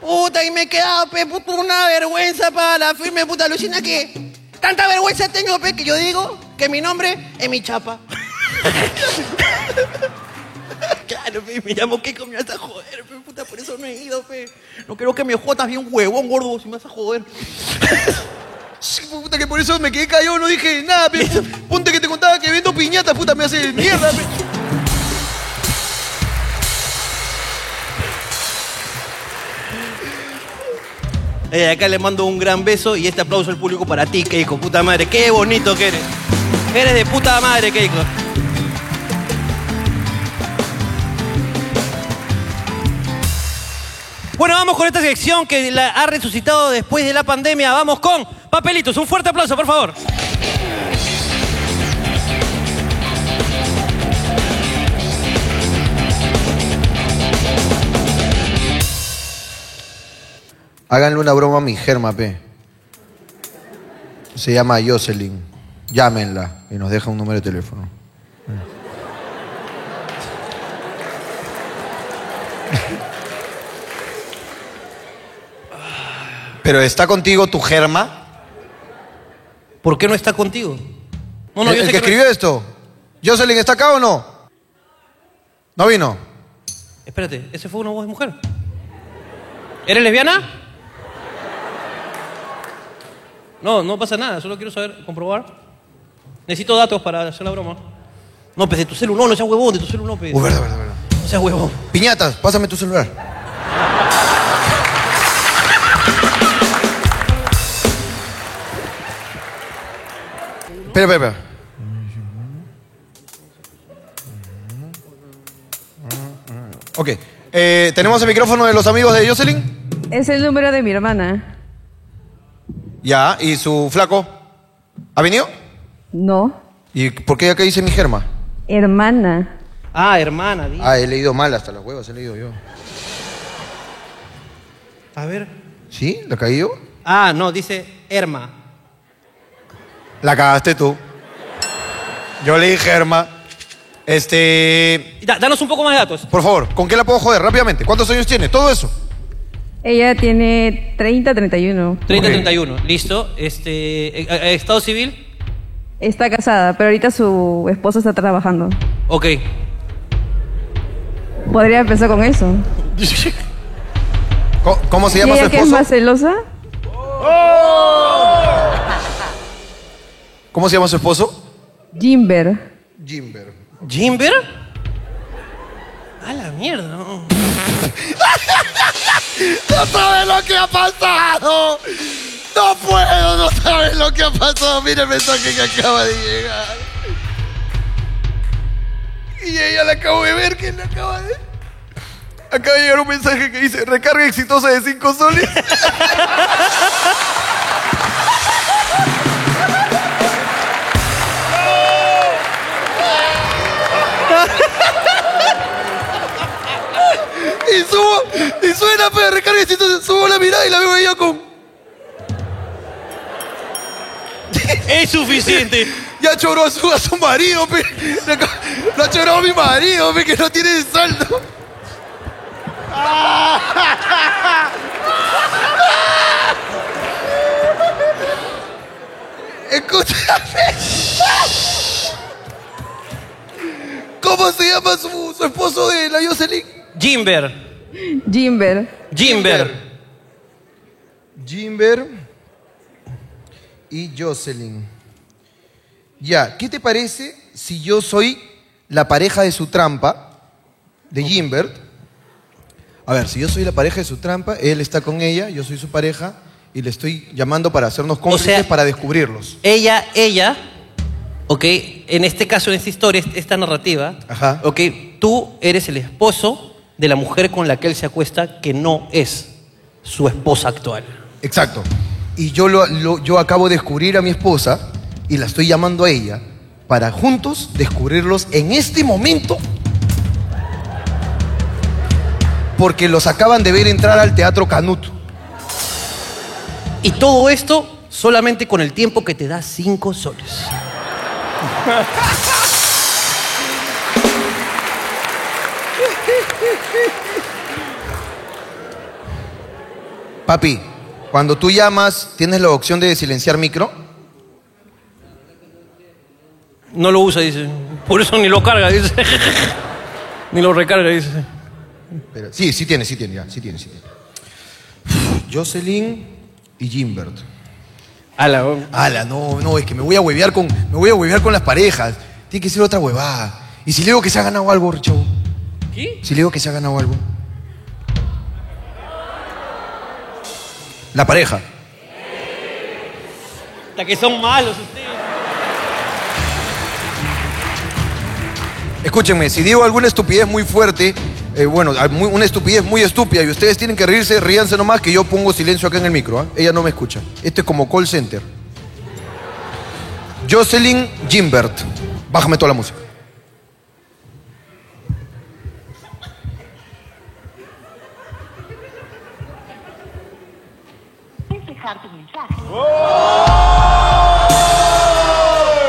[SPEAKER 7] Puta, y me he quedado, pe, puta, una vergüenza para la firme, puta, alucina que tanta vergüenza tengo, pe, que yo digo que mi nombre es mi chapa. Claro, pe, me llamo Keiko, me vas a joder, pe, puta, por eso no he ido, pe. No creo que me jodas bien huevón, gordo, si me vas a joder.
[SPEAKER 1] Sí, puta, que por eso me quedé callado, no dije nada. pe. Ponte que te contaba que vendo piñatas, puta, me hace mierda. pe.
[SPEAKER 7] Eh, acá le mando un gran beso y este aplauso al público para ti, Keiko, puta madre. Qué bonito que eres. Eres de puta madre, Keiko. Bueno, vamos con esta sección que la ha resucitado después de la pandemia. Vamos con papelitos. Un fuerte aplauso, por favor.
[SPEAKER 1] Háganle una broma a mi germa, pe. Se llama Jocelyn. Llámenla y nos deja un número de teléfono. Pero está contigo tu germa.
[SPEAKER 2] ¿Por qué no está contigo? No,
[SPEAKER 1] el
[SPEAKER 2] yo
[SPEAKER 1] el
[SPEAKER 2] sé
[SPEAKER 1] que
[SPEAKER 2] no-
[SPEAKER 1] escribió esto. Jocelyn, ¿está acá o no? No vino.
[SPEAKER 2] Espérate, ¿ese fue una voz de mujer? ¿Eres lesbiana? No, no pasa nada, solo quiero saber, comprobar. Necesito datos para hacer la broma. No, pues de tu celular, no, no seas huevón, de tu celular, no, pues.
[SPEAKER 1] Uh, verdad, verdad, verdad.
[SPEAKER 2] No seas huevón.
[SPEAKER 1] Piñatas, pásame tu celular. Espera, espera, espera. Ok. eh, ¿Tenemos el micrófono de los amigos de Jocelyn?
[SPEAKER 4] Es el número de mi hermana.
[SPEAKER 1] Ya, ¿y su flaco? ¿Ha venido?
[SPEAKER 4] No.
[SPEAKER 1] ¿Y por qué acá dice mi germa?
[SPEAKER 4] Hermana.
[SPEAKER 2] Ah, hermana, di.
[SPEAKER 1] Ah, he leído mal hasta las huevas, he leído yo.
[SPEAKER 2] A ver.
[SPEAKER 1] ¿Sí? ¿La caí yo?
[SPEAKER 2] Ah, no, dice Herma.
[SPEAKER 1] La cagaste tú. Yo le dije, Germa. Este.
[SPEAKER 2] Da- danos un poco más de datos.
[SPEAKER 1] Por favor, ¿con qué la puedo joder? Rápidamente. ¿Cuántos años tiene? Todo eso.
[SPEAKER 4] Ella tiene 30, 31.
[SPEAKER 2] 30-31, listo. Este, eh, eh, ¿Estado civil?
[SPEAKER 4] Está casada, pero ahorita su esposo está trabajando.
[SPEAKER 2] Ok.
[SPEAKER 4] Podría empezar con eso.
[SPEAKER 1] ¿Cómo, cómo se llama
[SPEAKER 4] ¿Y
[SPEAKER 1] su
[SPEAKER 4] ella que es
[SPEAKER 1] esposo?
[SPEAKER 4] más celosa?
[SPEAKER 1] ¿Cómo se llama su esposo?
[SPEAKER 4] Jimber.
[SPEAKER 1] Jimber.
[SPEAKER 2] ¿Jimber? A la mierda, no.
[SPEAKER 1] ¡No sabes lo que ha pasado! ¡No puedo! ¡No sabes lo que ha pasado! Mira el mensaje que acaba de llegar. Y ella la acabo de ver, que le acaba de. Acaba de llegar un mensaje que dice: recarga exitosa de 5 soles. Y subo, y suena, pero recarga y entonces subo la mirada y la veo ella con.
[SPEAKER 2] Es suficiente.
[SPEAKER 1] Ya choró a su, a su marido, pe. Le ca- Lo ha chorado a mi marido, pe, que no tiene saldo. Escúchame. ¿Cómo se llama su, su esposo de la Jocelyn?
[SPEAKER 2] Jimber.
[SPEAKER 4] Jimber.
[SPEAKER 2] Jimber.
[SPEAKER 1] Jimber y Jocelyn. Ya, ¿qué te parece si yo soy la pareja de su trampa, de Jimber? A ver, si yo soy la pareja de su trampa, él está con ella, yo soy su pareja, y le estoy llamando para hacernos cómplices
[SPEAKER 2] sea-
[SPEAKER 1] para descubrirlos.
[SPEAKER 2] Ella, ella, ok, en este caso, en esta historia, esta narrativa,
[SPEAKER 1] Ajá.
[SPEAKER 2] ok, tú eres el esposo de la mujer con la que él se acuesta que no es su esposa actual.
[SPEAKER 1] Exacto. Y yo, lo, lo- yo acabo de descubrir a mi esposa y la estoy llamando a ella para juntos descubrirlos en este momento. Porque los acaban de ver entrar al Teatro Canut.
[SPEAKER 2] Y todo esto solamente con el tiempo que te da cinco soles.
[SPEAKER 1] Papi, cuando tú llamas, ¿tienes la opción de silenciar micro?
[SPEAKER 2] No lo usa, dice. Por eso ni lo carga, dice. ni lo recarga, dice.
[SPEAKER 1] Pero- sí, sí tiene, sí tiene, ya, sí tiene, sí tiene. Jocelyn y Gimbert.
[SPEAKER 2] Ala, oh.
[SPEAKER 1] Ala, no, no, es que me voy a huevear con, me voy a huevear con las parejas. Tiene que ser otra huevada. Y si le digo que se ha ganado algo, chavo.
[SPEAKER 2] ¿Qué?
[SPEAKER 1] Si le digo que se ha ganado algo. La pareja.
[SPEAKER 2] Hasta que son malos ustedes.
[SPEAKER 1] Escúchenme, si digo alguna estupidez muy fuerte, eh, bueno, a- muy- una estupidez muy estúpida y ustedes tienen que reírse, ríanse nomás que yo pongo silencio acá en el micro. ¿ah? Ella no me escucha. Esto es como call center. Jocelyn Gimbert. Bájame toda la música.
[SPEAKER 8] dejar tu mensaje.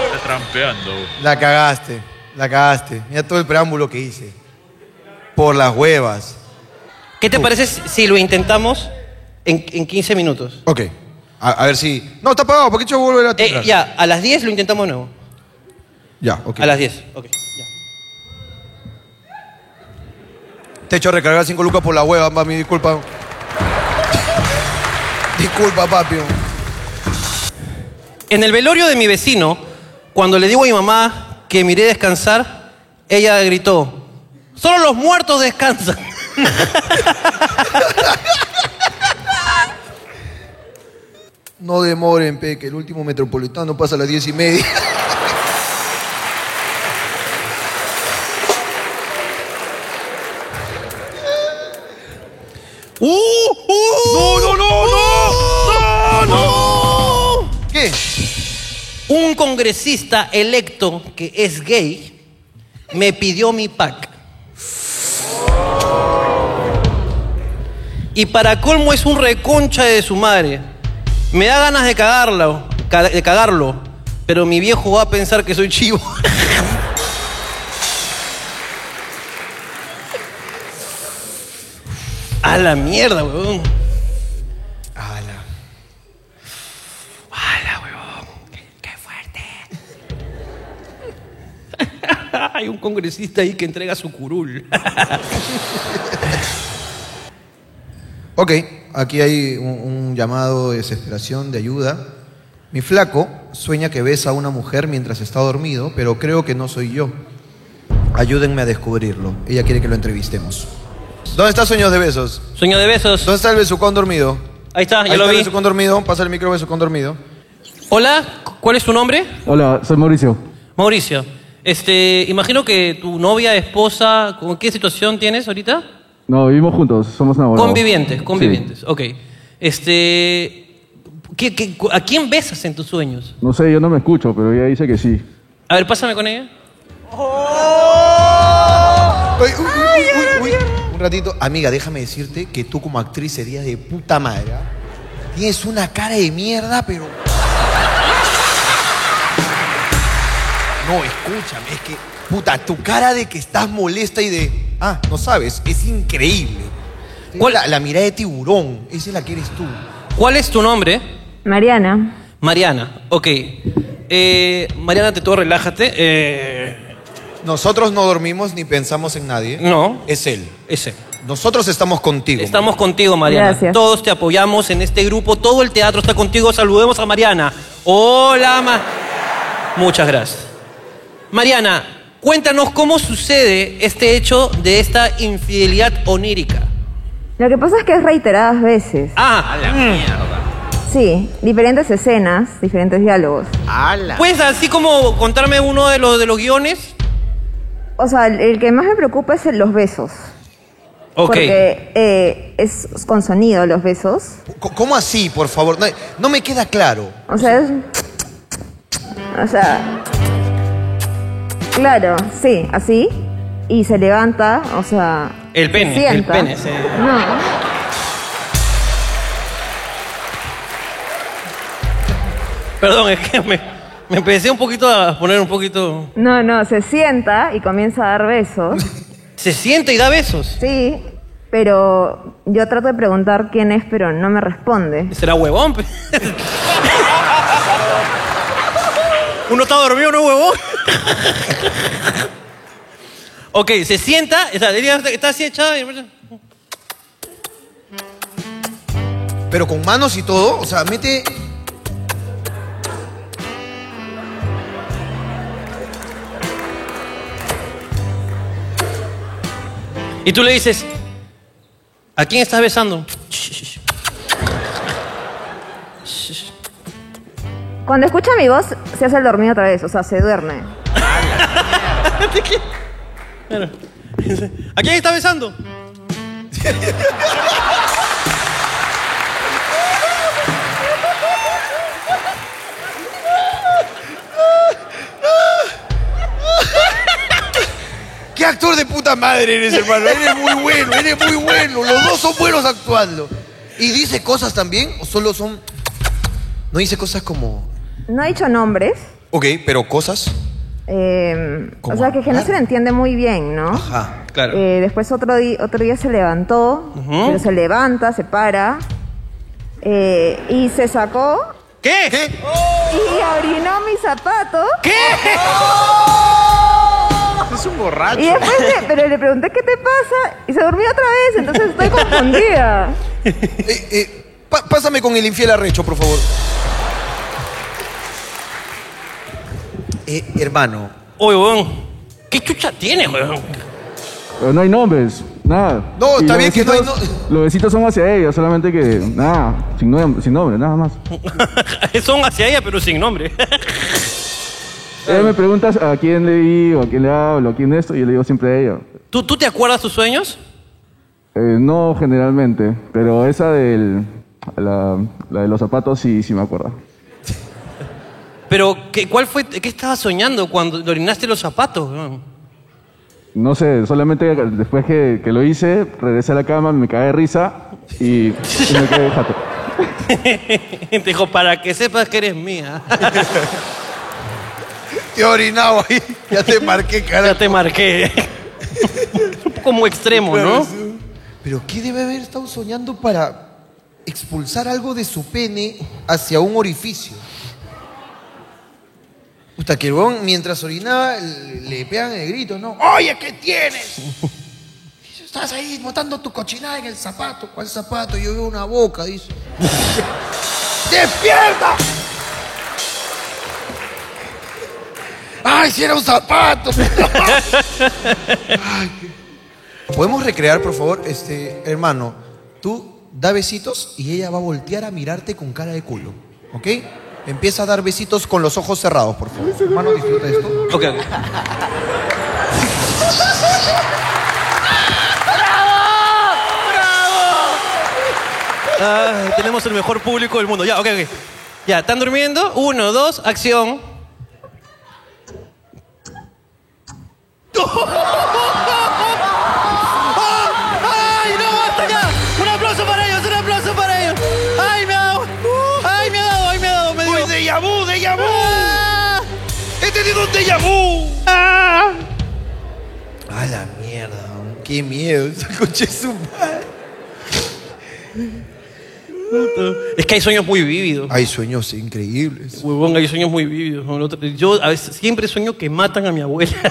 [SPEAKER 9] Está trampeando.
[SPEAKER 1] La cagaste, la cagaste. Mira todo el preámbulo que hice. Por las huevas.
[SPEAKER 2] ¿Qué te parece si si lo intentamos en, en 15 minutos?
[SPEAKER 1] Ok. A, a ver si. No, está apagado, ¿por qué yo volver a
[SPEAKER 2] Eh,
[SPEAKER 1] tirar?
[SPEAKER 2] ya, a las 10 lo intentamos de nuevo.
[SPEAKER 1] Ya, ok.
[SPEAKER 2] A las 10. Ok. ya.
[SPEAKER 1] Te echo a recargar 5 lucas por la hueva, mami, disculpa. disculpa, papi.
[SPEAKER 2] En el velorio de mi vecino, cuando le digo a mi mamá que miré descansar, ella gritó: Solo los muertos descansan.
[SPEAKER 1] No demoren, pe, que el último metropolitano pasa a las 10 y media.
[SPEAKER 2] ¡Uh! ¡Uh! ¡No, no, no! ¡No! ¡No! no!
[SPEAKER 1] ¿Qué?
[SPEAKER 2] Un congresista electo que es gay me pidió mi pack. Y para colmo es un reconcha de su madre. Me da ganas de cagarlo, ca- de cagarlo, pero mi viejo va a pensar que soy chivo. a la mierda, weón.
[SPEAKER 1] Ala.
[SPEAKER 2] ¡Hala, huevón! ¡Qué fuerte! Hay un congresista ahí que entrega su curul.
[SPEAKER 1] Ok, aquí hay un, un llamado de desesperación, de ayuda. Mi flaco sueña que besa a una mujer mientras está dormido, pero creo que no soy yo. Ayúdenme a descubrirlo. Ella quiere que lo entrevistemos. ¿Dónde está Sueños de Besos?
[SPEAKER 2] Sueño de besos.
[SPEAKER 1] ¿Dónde está el besucón dormido?
[SPEAKER 2] Ahí está,
[SPEAKER 1] Ahí
[SPEAKER 2] Ah, ya lo
[SPEAKER 1] está el
[SPEAKER 2] vi.
[SPEAKER 1] besucón dormido. Pasa el micro besucón dormido.
[SPEAKER 2] Hola, ¿cuál es tu nombre?
[SPEAKER 10] Hola, soy Mauricio.
[SPEAKER 2] Mauricio. Este, imagino que tu novia, esposa, ¿con qué situación tienes ahorita?
[SPEAKER 10] No, vivimos juntos, somos enamorados.
[SPEAKER 2] Convivientes,
[SPEAKER 10] Sí.
[SPEAKER 2] convivientes. Ok. Este, ¿qué- qué- cu- ¿a quién besas en tus sueños?
[SPEAKER 10] No sé, yo no me escucho, pero ella dice que sí.
[SPEAKER 2] A ver, pásame con ella.
[SPEAKER 1] Ay, uy, uy, uy, uy, uy. Un ratito. Amiga, déjame decirte que tú como actriz serías de puta madre. ¿ah? Tienes una cara de mierda, pero... No, escúchame, es que... Puta, tu cara de que estás molesta y de... Ah, no sabes, es increíble.
[SPEAKER 2] ¿Cuál?
[SPEAKER 1] La, la mirada de tiburón, esa es la que eres tú.
[SPEAKER 2] ¿Cuál es tu nombre?
[SPEAKER 4] Mariana.
[SPEAKER 2] Mariana, ok. Eh, Mariana, te todo relájate. Eh,
[SPEAKER 1] Nosotros no dormimos ni pensamos en nadie.
[SPEAKER 2] No.
[SPEAKER 1] Es él.
[SPEAKER 2] ese.
[SPEAKER 1] Nosotros estamos contigo.
[SPEAKER 2] Estamos contigo, Mariana.
[SPEAKER 4] Gracias.
[SPEAKER 2] Todos te apoyamos en este grupo, todo el teatro está contigo. Saludemos a Mariana. Hola, Ma- Muchas gracias. Mariana, cuéntanos cómo sucede este hecho de esta infidelidad onírica.
[SPEAKER 11] Lo que pasa es que es reiteradas veces.
[SPEAKER 2] Ah,
[SPEAKER 11] Sí, diferentes escenas, diferentes diálogos.
[SPEAKER 2] ¿puedes así como contarme uno de los, de los guiones?
[SPEAKER 11] O sea, el, el que más me preocupa es el- los besos.
[SPEAKER 2] Ok.
[SPEAKER 11] Porque eh, es con sonido los besos.
[SPEAKER 1] Co- ¿Cómo así, por favor? No, no me queda claro.
[SPEAKER 11] O sea, es... O sea... Claro, sí, así. Y se levanta, o sea...
[SPEAKER 2] El pene,
[SPEAKER 11] se sienta.
[SPEAKER 2] el pene, sí.
[SPEAKER 11] No,
[SPEAKER 2] Perdón, es que me, me empecé un poquito a poner un poquito...
[SPEAKER 11] no, no, se sienta y comienza a dar besos.
[SPEAKER 2] Se siente y da besos.
[SPEAKER 11] Sí, pero yo trato de preguntar quién es, pero no me responde.
[SPEAKER 2] Será huevón. pe. uno está dormido, no es huevón. ok, se sienta, o sea, ella está así echada. y-
[SPEAKER 1] Pero con manos y todo, o sea, mete.
[SPEAKER 2] Y tú le dices, ¿a quién estás besando?
[SPEAKER 11] Cuando escucha mi voz, se hace el dormido otra vez, o sea, se duerme.
[SPEAKER 2] ¿A quién estás besando?
[SPEAKER 1] ¿Qué actor de puta madre eres, hermano? Eres muy bueno, eres muy bueno. Los dos son buenos actuando. ¿Y dice cosas también? ¿O solo son.? No dice cosas como.
[SPEAKER 11] No ha dicho nombres.
[SPEAKER 1] Ok, pero cosas.
[SPEAKER 11] eh, o
[SPEAKER 1] ¿Cómo
[SPEAKER 11] sea, que, que no se le entiende muy bien, ¿no?
[SPEAKER 1] Ajá, claro.
[SPEAKER 11] Eh, después otro, di- otro día se levantó,
[SPEAKER 1] Ujú.
[SPEAKER 11] pero se levanta, se para eh, y se sacó
[SPEAKER 2] ¿Qué?
[SPEAKER 11] y orinó mi zapato. ¡Oh!
[SPEAKER 2] ¿Qué?
[SPEAKER 5] Es un borracho.
[SPEAKER 11] Y después, le- pero le pregunté qué te pasa y se durmió otra vez, entonces estoy confundida.
[SPEAKER 1] Eh, Pa- pásame con el infiel arrecho, por favor. Eh, hermano.
[SPEAKER 2] Oye, weón. ¿Qué chucha tiene, weón?
[SPEAKER 10] Pero no hay nombres, nada.
[SPEAKER 2] No, está
[SPEAKER 10] los
[SPEAKER 2] bien que no hay
[SPEAKER 10] besitos- Los besitos son hacia ella, solamente que, nada, sin, nom- sin nombre, nada más.
[SPEAKER 2] Son hacia ella, pero sin nombre.
[SPEAKER 10] Ella me preguntas a quién le digo, a quién le hablo, a quién esto, y yo le digo siempre a ella.
[SPEAKER 2] ¿Tú, ¿Tú te acuerdas tus sueños?
[SPEAKER 10] Eh, no generalmente, pero esa del, la, la de los zapatos sí, sí me acuerdo.
[SPEAKER 2] Pero, ¿qué, ¿cuál fue? ¿Qué estabas soñando cuando te orinaste los zapatos? weón?
[SPEAKER 10] No sé, solamente después que, que lo hice, regresé a la cama, me caí de risa y, y me quedé de jato.
[SPEAKER 2] Te dijo, para que sepas que eres mía.
[SPEAKER 1] Te orinaba ahí. Ya te marqué, carajo.
[SPEAKER 2] Ya te marqué. Un poco como extremo, ¿no?
[SPEAKER 1] Pero ¿qué debe haber estado soñando para expulsar algo de su pene hacia un orificio? Puta, que el huevón, mientras orinaba le le pegan el grito, ¿no? ¡Oye, qué tienes! Estás ahí botando tu cochinada en el zapato. ¿Cuál zapato? Yo veo una boca, dice. ¡Despierta! ¡Ay, si era un zapato! ¿Podemos recrear, por favor, este, hermano? Tú da besitos y ella va a voltear a mirarte con cara de culo, ¿ok? Empieza a dar besitos con los ojos cerrados, por favor. Hermano, disfruta esto.
[SPEAKER 2] Ok. Ah, tenemos el mejor público del mundo. Ya, ok, ok. Ya, ¿están durmiendo? Uno, dos, acción.
[SPEAKER 7] ¡Ay, no, basta ya! ¡Un aplauso para ellos, un aplauso para ellos! ¡Ay, me ha dado! ¡Ay, me ha dado, ay, me ha dado! ¡Me dio! ¡Ah! de yabú, de yabú! ¡He tenido un déjà vu!
[SPEAKER 1] A la mierda, man. qué miedo. Esa coche es un...
[SPEAKER 2] Es que hay sueños muy vívidos.
[SPEAKER 1] Hay sueños increíbles.
[SPEAKER 2] Huevón, hay sueños muy vívidos. ¿no? El otro- Yo a veces siempre sueño que matan a mi abuela.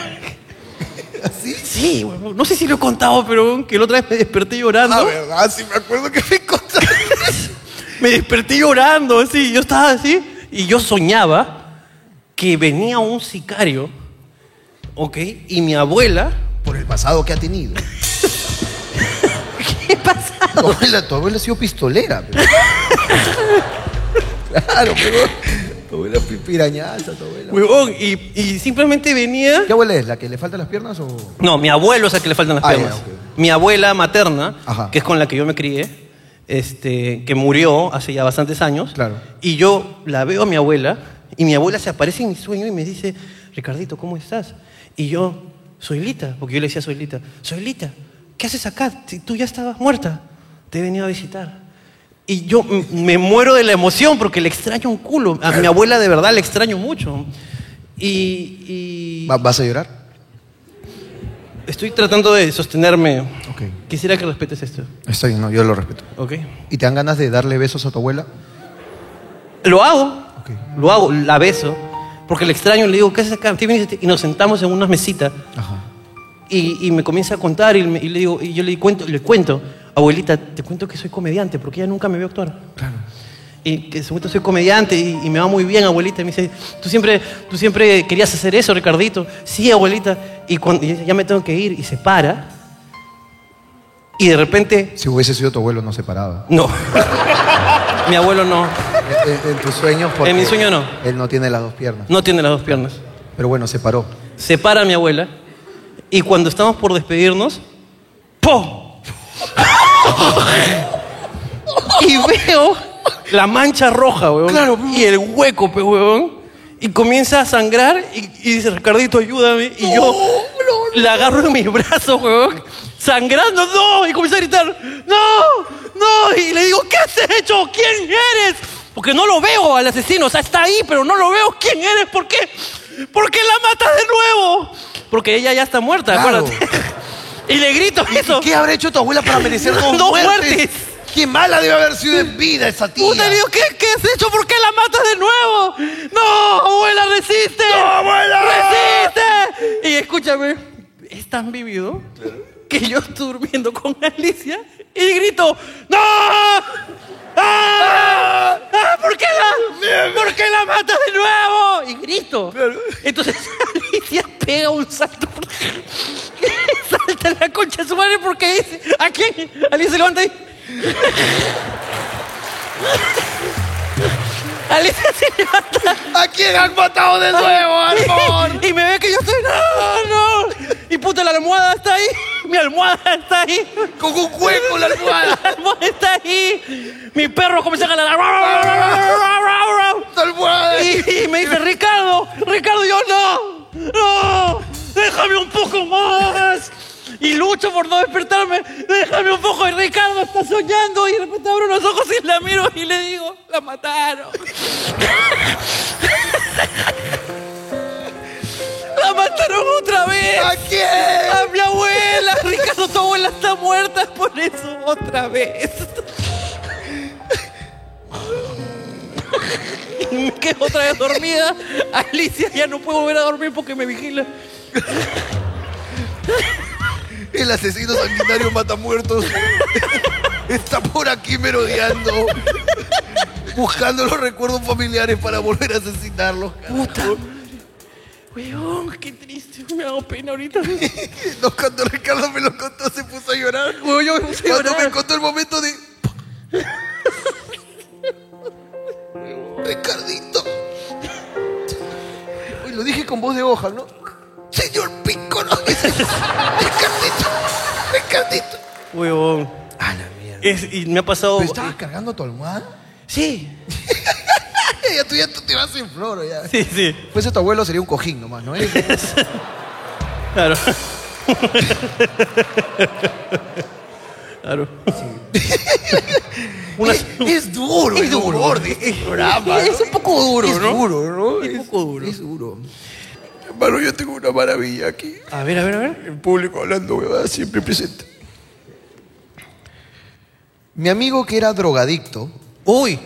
[SPEAKER 1] ¿Así?
[SPEAKER 2] Sí, huevón. No sé si lo he contado, pero huevón, que la otra vez me desperté llorando.
[SPEAKER 1] La verdad, sí me acuerdo que me contaste.
[SPEAKER 2] me desperté llorando, así. Yo estaba así y yo soñaba que venía un sicario, ¿ok? Y mi abuela...
[SPEAKER 1] Por el pasado que ha tenido.
[SPEAKER 2] ¿Qué pasa?
[SPEAKER 1] Tu abuela, tu abuela ha sido pistolera. pero- claro, pero... Tu abuela pi- pirañaza, tu abuela.
[SPEAKER 2] Huevón, y, y simplemente venía...
[SPEAKER 1] ¿Qué abuela es? ¿La que le faltan las piernas o...?
[SPEAKER 2] No, mi abuelo es el que le faltan las
[SPEAKER 1] Ah,
[SPEAKER 2] piernas.
[SPEAKER 1] ya, ok.
[SPEAKER 2] Mi abuela materna,
[SPEAKER 1] Ajá.
[SPEAKER 2] que es con la que yo me crié, este, que murió hace ya bastantes años.
[SPEAKER 1] Claro.
[SPEAKER 2] Y yo la veo a mi abuela, y mi abuela se aparece en mi sueño y me dice, Ricardito, ¿cómo estás? Y yo, soy Lita, porque yo le decía soy Lita, soy Lita, ¿qué haces acá? Si Tú ya estabas muerta, te he venido a visitar. Y yo m- me muero de la emoción porque le extraño un culo. A mi abuela de verdad le extraño mucho. Y, y-
[SPEAKER 1] ¿Va- ¿Vas a llorar?
[SPEAKER 2] Estoy tratando de sostenerme.
[SPEAKER 1] Ok.
[SPEAKER 2] Quisiera que respetes esto,
[SPEAKER 1] Está bien, no, yo lo respeto.
[SPEAKER 2] ¿ok?
[SPEAKER 1] ¿Y te dan ganas de darle besos a tu abuela?
[SPEAKER 2] Lo hago, lo hago, la beso, porque le extraño, le digo, ¿qué haces acá? Te viniste- Y nos sentamos en unas mesitas y, y me comienza a contar y, me- y le digo, y yo le cuento, le cuento, abuelita, te cuento que soy comediante, porque ella nunca me vio actuar. Claro. Y que supuesto soy comediante y, y me va muy bien, abuelita. Y me dice, tú siempre, tú siempre querías hacer eso, Ricardito. Sí, abuelita. Y, cuando, y ya me tengo que ir. Y se para. Y de repente
[SPEAKER 1] Si hubiese sido tu abuelo, no se paraba.
[SPEAKER 2] No. Mi abuelo no.
[SPEAKER 1] En, en- en tus sueños, porque
[SPEAKER 2] En mi sueño no.
[SPEAKER 1] Él no tiene las dos piernas.
[SPEAKER 2] No tiene las dos piernas.
[SPEAKER 1] Pero bueno, se paró.
[SPEAKER 2] Se para mi abuela y cuando estamos por despedirnos, ¡po! y veo la mancha roja, weón. Y el hueco, pe, weón. Y comienza a sangrar y, y dice, Ricardito, ayúdame. Y yo la agarro en mis brazos, weón. Sangrando, no. Y comienza a gritar, no, no. Y le digo, ¿qué has hecho? ¿Quién eres?
[SPEAKER 7] Porque no lo veo al asesino. O sea, está ahí, pero no lo veo. ¿Quién eres? ¿Por qué? ¿Por qué la matas de nuevo? Porque ella ya está muerta,
[SPEAKER 1] Claro.
[SPEAKER 7] acuérdate. Y le grito eso.
[SPEAKER 1] ¿Qué habrá hecho tu abuela para merecer dos, muertes? Qué mala debe haber sido en vida esa tía.
[SPEAKER 7] Puta, le digo, ¿qué, ¿qué has hecho? ¿Por qué la matas de nuevo? ¡No, abuela, resiste! ¡No,
[SPEAKER 12] abuela!
[SPEAKER 7] ¡Resiste! Y escúchame, es tan vivido que yo estoy durmiendo con Alicia y grito, ¡No! ¡Ah! ¡Ah! ¿Por qué la, ¿por qué la matas de nuevo? Y grito. Entonces Alicia pega un salto. Salta la concha de su madre porque dice, ¿a quién? Alicia se levanta y... Alicia se levanta.
[SPEAKER 12] ¿A quién han matado de nuevo, Armón?
[SPEAKER 7] Y me ve que yo estoy. ¡No, no! Y puta, la almohada está ahí. Mi almohada está ahí.
[SPEAKER 12] Con un hueco la almohada.
[SPEAKER 7] La almohada está ahí. Mi perro comienza a ganar.
[SPEAKER 12] ¡La almohada!
[SPEAKER 7] Y, y me dice, Ricardo, Ricardo, yo no. No, déjame un poco más. Y lucho por no despertarme. Déjame un poco. Y Ricardo está soñando. Y de repente abro los ojos y la miro y le digo, la mataron. La mataron otra vez.
[SPEAKER 12] ¿A quién?
[SPEAKER 7] A mi abuela. Ricardo, tu abuela está muerta por eso otra vez. Y me quedo otra vez dormida. Alicia ya no puedo volver a dormir porque me vigila.
[SPEAKER 1] El asesino sanguinario mata muertos. Está por aquí merodeando. Buscando los recuerdos familiares para volver a asesinarlos.
[SPEAKER 7] Puta. Weón, qué triste. Me hago pena ahorita.
[SPEAKER 1] No, cuando Ricardo me lo contó, se puso a llorar.
[SPEAKER 7] Weón, yo me puse a
[SPEAKER 1] Cuando me
[SPEAKER 7] llorar.
[SPEAKER 1] contó el momento de. Ricardito. Uy, lo dije con voz de hoja, ¿no? Señor Piccolo. Ricardito. Ricardito.
[SPEAKER 7] Weón.
[SPEAKER 1] A la mierda.
[SPEAKER 7] Es- y me ha pasado.
[SPEAKER 1] ¿Pero estabas cargando tu almohada?
[SPEAKER 7] Sí.
[SPEAKER 1] ya tú ya tú te vas en floro ya.
[SPEAKER 7] Sí, sí.
[SPEAKER 1] Pues tu abuelo sería un cojín nomás, ¿no?
[SPEAKER 7] Claro. claro. Una-
[SPEAKER 1] es, es duro, es duro, de este programa.
[SPEAKER 7] Es
[SPEAKER 1] ¿no?
[SPEAKER 7] un poco duro,
[SPEAKER 1] es
[SPEAKER 7] ¿no?
[SPEAKER 1] duro, ¿no?
[SPEAKER 7] Es un poco duro.
[SPEAKER 1] Es duro. Hermano, yo tengo una maravilla aquí.
[SPEAKER 7] A ver, a ver, a ver.
[SPEAKER 1] El público hablando, huevada, siempre presente. Mi amigo que era drogadicto. Uy.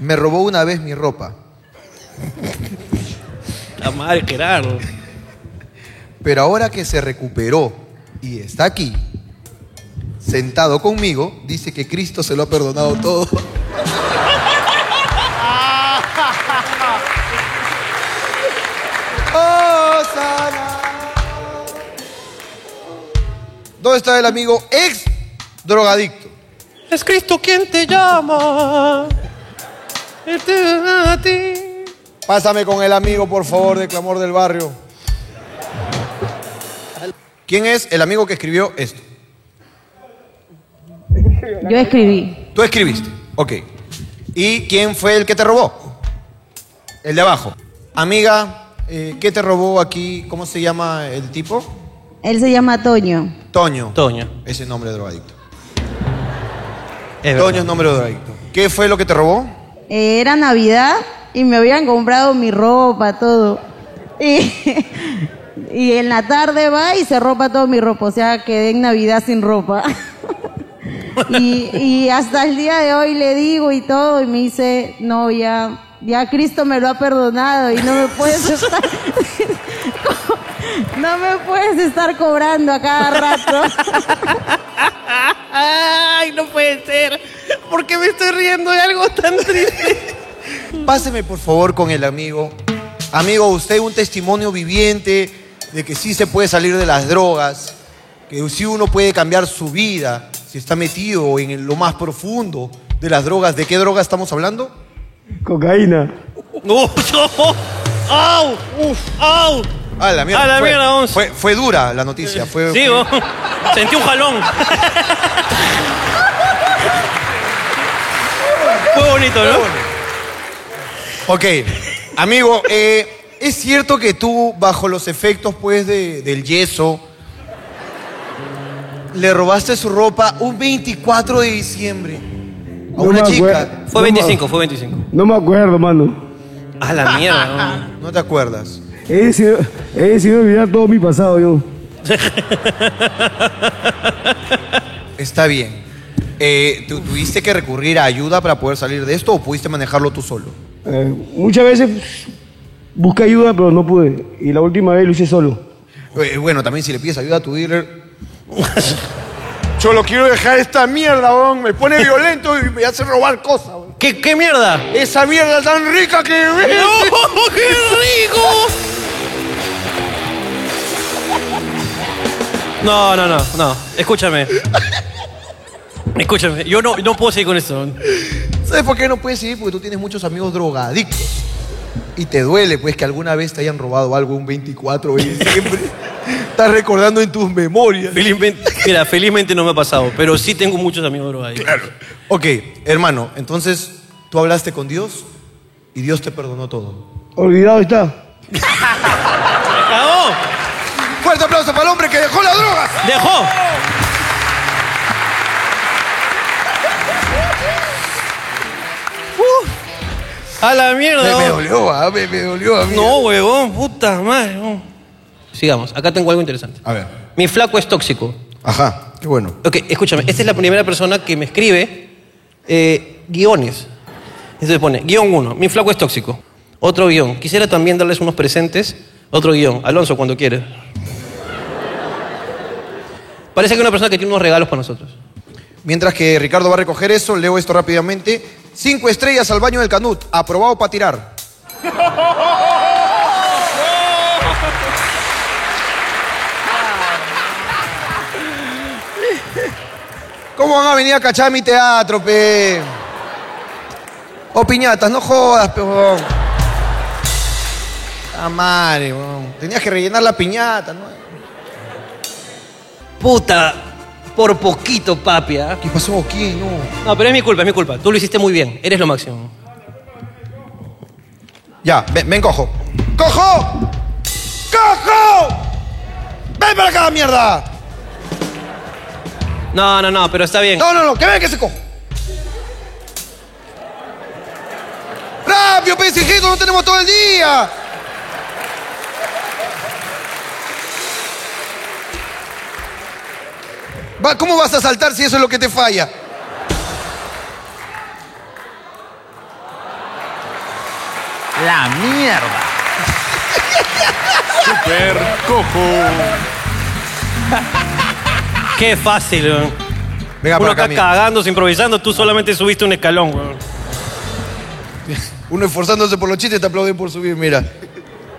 [SPEAKER 1] Me robó una vez mi ropa.
[SPEAKER 7] La madre, Gerardo.
[SPEAKER 1] Pero ahora que se recuperó y está aquí, sentado conmigo, dice que Cristo se lo ha perdonado todo. Osana. ¿Dónde está el amigo ex drogadicto?
[SPEAKER 7] Es Cristo quien te llama. Eterna a ti.
[SPEAKER 1] Pásame con el amigo, por favor, de Clamor del Barrio. ¿Quién es el amigo que escribió esto?
[SPEAKER 4] Yo escribí.
[SPEAKER 1] Tú escribiste. Ok. ¿Y quién fue el que te robó? El de abajo. Amiga, eh, ¿qué te robó aquí? ¿Cómo se llama el tipo?
[SPEAKER 4] Él se llama Toño.
[SPEAKER 1] Toño.
[SPEAKER 7] Toño.
[SPEAKER 1] Ese nombre de drogadicto.
[SPEAKER 7] Es
[SPEAKER 1] Toño es nombre de drogadicto. ¿Qué fue lo que te robó?
[SPEAKER 4] Eh, era Navidad y me habían comprado mi ropa, todo. Y, y en la tarde va y se ropa toda mi ropa. O sea, quedé en Navidad sin ropa. Y, y hasta el día de hoy le digo y todo. Y me dice, no, ya, ya Cristo me lo ha perdonado y no me puedes estar. No me puedes estar cobrando a cada rato.
[SPEAKER 7] Ay, no puede ser. ¿Por qué me estoy riendo de algo tan triste?
[SPEAKER 1] Páseme, por favor, con el amigo. Amigo, usted un testimonio viviente de que sí se puede salir de las drogas, que sí uno puede cambiar su vida si está metido en el- lo más profundo de las drogas. ¿De qué droga estamos hablando?
[SPEAKER 13] Cocaína.
[SPEAKER 7] No, no. ¡Au! ¡Uf! ¡Au!
[SPEAKER 1] A Ah, la mierda.
[SPEAKER 7] A Ah, la
[SPEAKER 1] fue,
[SPEAKER 7] mierda, once.
[SPEAKER 1] Fue, fue dura la noticia. Fue,
[SPEAKER 7] Sí,
[SPEAKER 1] fue-
[SPEAKER 7] vos. Sentí un jalón. Fue bonito, ¿no?
[SPEAKER 1] Ok, amigo, eh, es cierto que tú, bajo los efectos pues de- del yeso, le robaste su ropa un 24 de diciembre. A una
[SPEAKER 8] me
[SPEAKER 1] chica.
[SPEAKER 8] acuer-
[SPEAKER 2] Fue
[SPEAKER 8] no me-
[SPEAKER 2] 25, fue 25.
[SPEAKER 8] No me acuerdo, mano.
[SPEAKER 2] A la mierda.
[SPEAKER 1] No te acuerdas.
[SPEAKER 8] He decidido, he decidido olvidar todo mi pasado, yo.
[SPEAKER 1] Está bien. Eh, ¿tú- ¿Tuviste que recurrir a ayuda para poder salir de esto o pudiste manejarlo tú solo?
[SPEAKER 8] Eh, muchas veces busqué ayuda, pero no pude. Y la última vez lo hice solo.
[SPEAKER 1] Eh, bueno, también si le pides ayuda a tu dealer.
[SPEAKER 14] Yo lo quiero dejar esta mierda, weón. Me pone violento y me hace robar cosas, weón.
[SPEAKER 2] ¿Qué, qué mierda?
[SPEAKER 14] Esa mierda tan rica que.
[SPEAKER 2] ¡No! ¡Qué rico! No, no, no, no. Escúchame. Escúchame, yo no, no puedo seguir con esto.
[SPEAKER 1] ¿Sabes por qué no puedes seguir? Porque tú tienes muchos amigos drogadictos. Y te duele, pues, que alguna vez te hayan robado algo un 24 de diciembre. Estás recordando en tus memorias.
[SPEAKER 2] Felizmente, mira, felizmente no me ha pasado, pero sí tengo muchos amigos drogadictos. Claro.
[SPEAKER 1] Ok, hermano, entonces tú hablaste con Dios y Dios te perdonó todo.
[SPEAKER 8] Olvidado está.
[SPEAKER 1] Fuerte aplauso para el hombre que dejó las drogas.
[SPEAKER 2] ¡Dejó! ¡A la mierda!
[SPEAKER 1] Me- me
[SPEAKER 2] oh.
[SPEAKER 1] dolió, ah, me- me dolió a mí.
[SPEAKER 2] No, huevón, puta madre. oh. Sigamos, acá tengo algo interesante.
[SPEAKER 1] A ver.
[SPEAKER 2] Mi flaco es tóxico.
[SPEAKER 1] Ajá, qué bueno.
[SPEAKER 2] Ok, escúchame, esta es la primera persona que me escribe eh, guiones. Entonces pone, guión uno, mi flaco es tóxico. Otro guión, quisiera también darles unos presentes. Otro guión, Alonso, cuando quieres. Parece que es una persona que tiene unos regalos para nosotros.
[SPEAKER 1] Mientras que Ricardo va a recoger eso, leo esto rápidamente. Cinco estrellas al baño del Canut, aprobado para tirar. ¿Cómo van a venir a cachar mi teatro, pe? O piñatas, no jodas, pe. huevón. Ah, madre, huevón. Tenías que rellenar la piñata, ¿no?
[SPEAKER 2] Puta, por poquito, papi.
[SPEAKER 1] ¿ah?
[SPEAKER 2] ¿Qué
[SPEAKER 1] pasó? ¿Qué? No.
[SPEAKER 2] No, pero es mi culpa, es mi culpa. Tú lo hiciste muy bien, eres lo máximo.
[SPEAKER 1] Ya, ven, ven cojo. ¡Cojo! ¡Cojo! ¡Ven para acá, mierda!
[SPEAKER 2] No, no, no, pero está bien.
[SPEAKER 1] No, no, no, que ven que se cojo. ¡Rápido, pensijito! ¡No tenemos todo el día! Va, ¿Cómo vas a saltar si eso es lo que te falla?
[SPEAKER 15] La mierda. Super cojo.
[SPEAKER 2] Qué fácil, weón.
[SPEAKER 1] Venga,
[SPEAKER 2] Uno
[SPEAKER 1] por acá,
[SPEAKER 2] acá
[SPEAKER 1] amigo.
[SPEAKER 2] cagándose, improvisando, tú solamente subiste un escalón, weón.
[SPEAKER 1] Uno esforzándose por los chistes te aplauden por subir, mira.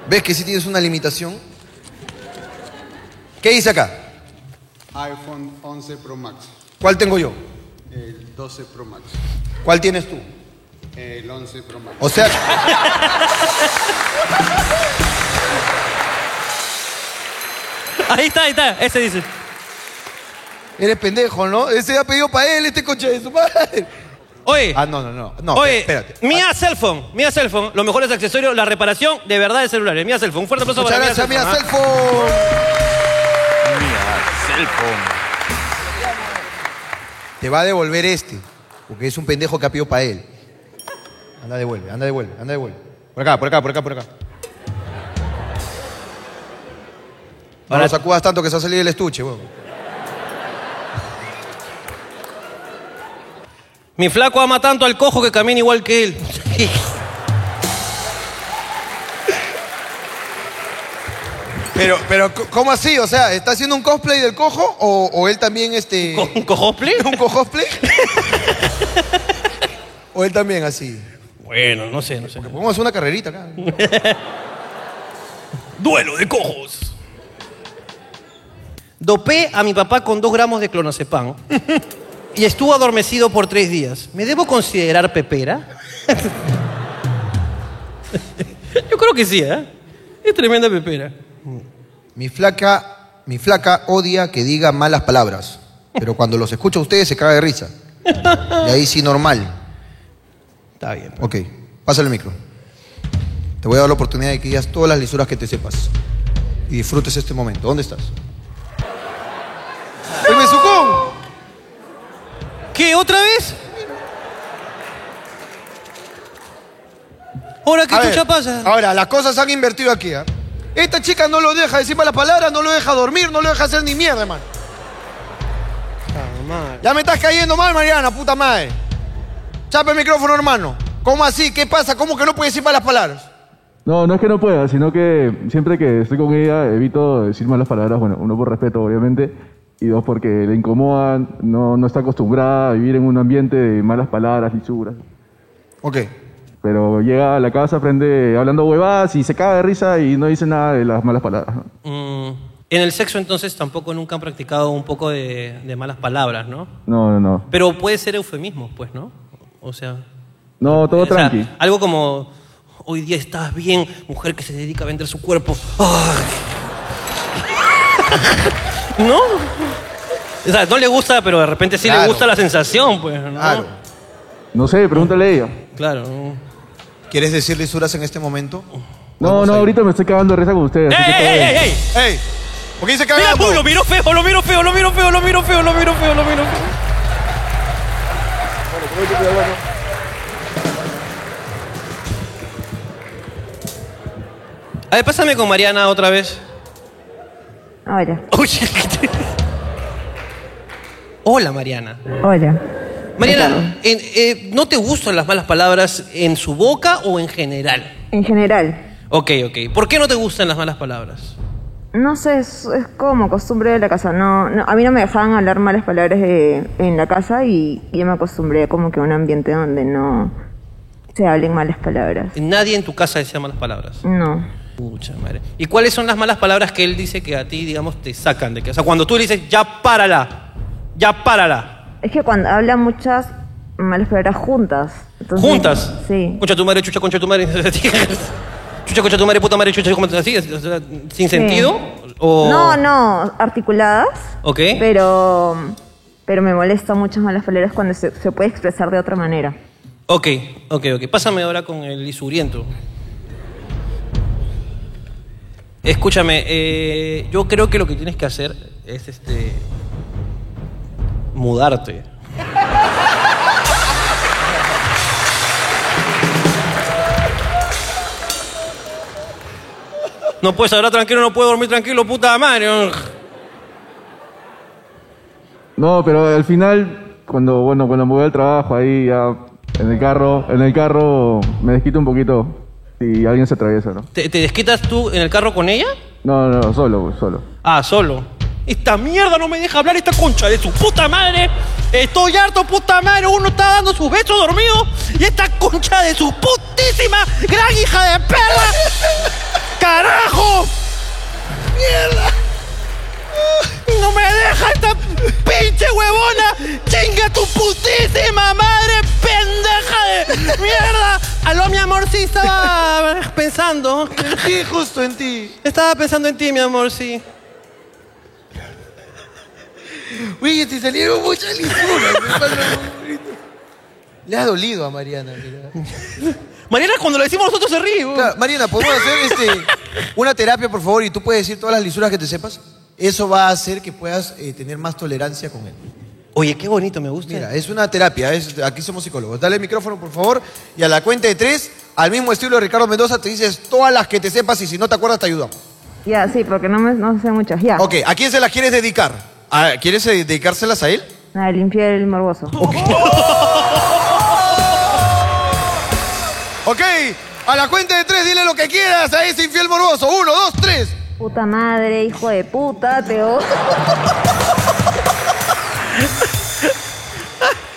[SPEAKER 1] ¿Ves que sí tienes una limitación? ¿Qué dice acá?
[SPEAKER 16] iPhone 11 Pro Max,
[SPEAKER 1] ¿Cuál tengo yo?
[SPEAKER 16] el 12 Pro Max,
[SPEAKER 1] ¿Cuál tienes tú?
[SPEAKER 16] el 11 Pro Max.
[SPEAKER 1] O sea,
[SPEAKER 2] Ahí está, ahí está, ese dice.
[SPEAKER 1] Eres pendejo, ¿no? Ese ha pedido para él, este coche de su madre.
[SPEAKER 2] Oye.
[SPEAKER 1] Ah, no, no, no. no
[SPEAKER 2] Oye,
[SPEAKER 1] espérate. Ah.
[SPEAKER 2] Mía Cellphone, Mía Cellphone, los mejores accesorios, la reparación de verdad de celulares. Mía Cellphone, un fuerte aplauso
[SPEAKER 1] Muchas
[SPEAKER 2] para
[SPEAKER 1] gracias,
[SPEAKER 2] Mía
[SPEAKER 1] mira,
[SPEAKER 2] Cellphone.
[SPEAKER 1] Selfo.
[SPEAKER 2] ¿ah?
[SPEAKER 1] Te va a devolver este, porque es un pendejo que ha pedido para él. Anda, devuelve, anda, devuelve, anda, devuelve. Por acá, por acá, por acá, por acá. No lo sacudas tanto que se ha salido el estuche, weón.
[SPEAKER 2] ¿ah? Mi flaco ama tanto al cojo que camina igual que él.
[SPEAKER 1] Pero, pero, c- ¿cómo así? O sea, ¿está haciendo un cosplay del cojo o, o él también este.
[SPEAKER 2] ¿Un cosplay?
[SPEAKER 1] ¿Un cosplay? ¿O él también así?
[SPEAKER 2] bueno, no sé, no sé.
[SPEAKER 1] Vamos a hacer una carrerita acá.
[SPEAKER 2] Duelo de cojos. Dopé a mi papá con dos gramos de clonazepam y estuvo adormecido por tres días. ¿Me debo considerar pepera? Yo creo que sí, ¿eh? Es tremenda pepera.
[SPEAKER 1] Mi flaca, mi flaca odia que diga malas palabras, pero cuando los escucha a ustedes se caga de risa. Y ahí sí normal.
[SPEAKER 2] Está bien.
[SPEAKER 1] Ok, pásale el micro. Te voy a dar la oportunidad de que digas todas las lisuras que te sepas. Y disfrutes este momento. ¿Dónde estás? ¡El besucón!
[SPEAKER 2] ¿Qué? ¿Otra vez? Ahora, ¿qué
[SPEAKER 1] A ver,
[SPEAKER 2] chucha pasa?
[SPEAKER 7] Ah.
[SPEAKER 1] Ahora, las cosas se han invertido aquí, ¿ah? Esta chica no lo deja decir malas palabras, no lo deja dormir, no lo deja hacer ni mierda, hermano. Ya me estás cayendo mal, Mariana, puta madre. Chapa el micrófono, hermano. ¿Cómo así? ¿Qué pasa? ¿Cómo que no puedes decir malas palabras?
[SPEAKER 10] No, no es que no pueda, sino que siempre que estoy con ella evito decir malas palabras, bueno, uno por respeto, obviamente, y dos porque le incomodan, no, no está acostumbrada a vivir en un ambiente de malas palabras, lisuras.
[SPEAKER 1] Ok.
[SPEAKER 10] Pero llega a la casa, aprende hablando huevadas y se caga de risa y no dice nada de las malas palabras. ¿no?
[SPEAKER 2] Mm, en el sexo, entonces, tampoco nunca han practicado un poco de, de malas palabras, ¿no?
[SPEAKER 10] No, no, no.
[SPEAKER 2] Pero puede ser eufemismo, pues, ¿no? O sea,
[SPEAKER 10] No, todo
[SPEAKER 2] o sea,
[SPEAKER 10] tranqui.
[SPEAKER 2] algo como, hoy día estás bien, mujer que se dedica a vender su cuerpo. Ay. ¿No? O sea, no le gusta, pero de repente sí le
[SPEAKER 10] Claro.
[SPEAKER 2] gusta la sensación, pues, ¿no? Claro.
[SPEAKER 10] No sé, pregúntale a ella.
[SPEAKER 1] ¿Quieres decir lisuras en este momento?
[SPEAKER 10] No, no, ahorita me estoy cagando de risa con ustedes. así
[SPEAKER 2] ¡Eh,
[SPEAKER 10] que todo bien.
[SPEAKER 2] ey!
[SPEAKER 1] ¡Ey! ¿Por qué dice
[SPEAKER 2] Mira, pum, lo miro feo, lo miro feo, lo miro feo, lo miro feo, lo miro feo, lo miro feo. A ver, pásame con Mariana otra vez.
[SPEAKER 11] Hola,
[SPEAKER 2] Oye, ¿qué te- Hola, Mariana.
[SPEAKER 11] hola.
[SPEAKER 2] Mariana, en- eh, ¿no te gustan las malas palabras en su boca o en general?
[SPEAKER 11] En general,
[SPEAKER 2] Ok, ok. ¿Por qué no te gustan las malas palabras?
[SPEAKER 11] no sé, es, es como costumbre de la casa. No, no, a mí no me dejaban hablar malas palabras de- en la casa y yo me acostumbré como que a un ambiente donde no se hablen malas palabras.
[SPEAKER 2] Nadie en tu casa decía malas palabras.
[SPEAKER 11] No.
[SPEAKER 2] Pucha madre. ¿Y cuáles son las malas palabras que él dice que a ti, digamos, te sacan de que? O sea, cuando tú le dices, ya párala, ya párala.
[SPEAKER 11] Es que cuando hablan muchas malas palabras juntas. entonces-
[SPEAKER 2] ¿Juntas?
[SPEAKER 11] Pues Sí.
[SPEAKER 2] Concha tu madre, chucha, concha tu madre. chucha, concha tu madre, puta madre, chucha, como así, o sea, sin sentido. O...
[SPEAKER 11] No, no, articuladas.
[SPEAKER 2] Ok.
[SPEAKER 11] Pero, pero me molesta muchas malas palabras cuando se, se puede expresar de otra manera.
[SPEAKER 2] Ok, ok, ok. Pásame ahora con el isuriento. Escúchame, eh, yo creo que lo que tienes que hacer es este. mudarte. No puedes hablar tranquilo, no puedes dormir tranquilo, puta madre.
[SPEAKER 10] No, pero al final, cuando, bueno, cuando me voy al trabajo, ahí ya en el carro, en el carro me desquito un poquito si alguien se atraviesa, ¿no?
[SPEAKER 2] ¿Te, te desquitas tú en el carro con ella?
[SPEAKER 10] No, no, solo, pues, solo.
[SPEAKER 2] Ah, solo. Esta mierda no me deja hablar esta concha de su puta madre. Estoy harto, puta madre. Uno está dando sus besos dormido. Y esta concha de su putísima gran hija de perra. ¡Carajo! ¡Mierda! ¡No me deja esta pinche huevona! ¡Chinga tu putísima madre, pendeja de mierda! Aló, mi amor, sí, estaba pensando. En ti, justo en ti. Estaba pensando en ti, mi amor, sí.
[SPEAKER 1] Oye, te salieron muchas lisuras. Le ha dolido a Mariana. mira.
[SPEAKER 2] Mariana, cuando lo decimos nosotros se ríe.
[SPEAKER 1] Claro, Mariana, ¿podemos hacer este, una terapia, por favor? Y tú puedes decir todas las lisuras que te sepas. Eso va a hacer que puedas eh, tener más tolerancia con él.
[SPEAKER 2] Oye, qué bonito, me gusta.
[SPEAKER 1] Mira, es una terapia. es- aquí somos psicólogos. Dale el micrófono, por favor. Y a la cuenta de tres, al mismo estilo de Ricardo Mendoza, te dices todas las que te sepas y si no te acuerdas, te ayudamos.
[SPEAKER 11] Ya, sí, porque no, me, no sé muchas. Ya.
[SPEAKER 1] Ok, ¿a quién se las quieres dedicar? ¿A- ¿Quieres eh, dedicárselas a él?
[SPEAKER 11] A limpiar el morboso.
[SPEAKER 1] Ok, a la cuenta de tres, dile lo que quieras a ese infiel morboso. Uno, dos, tres.
[SPEAKER 11] Puta madre, hijo de puta, te odio.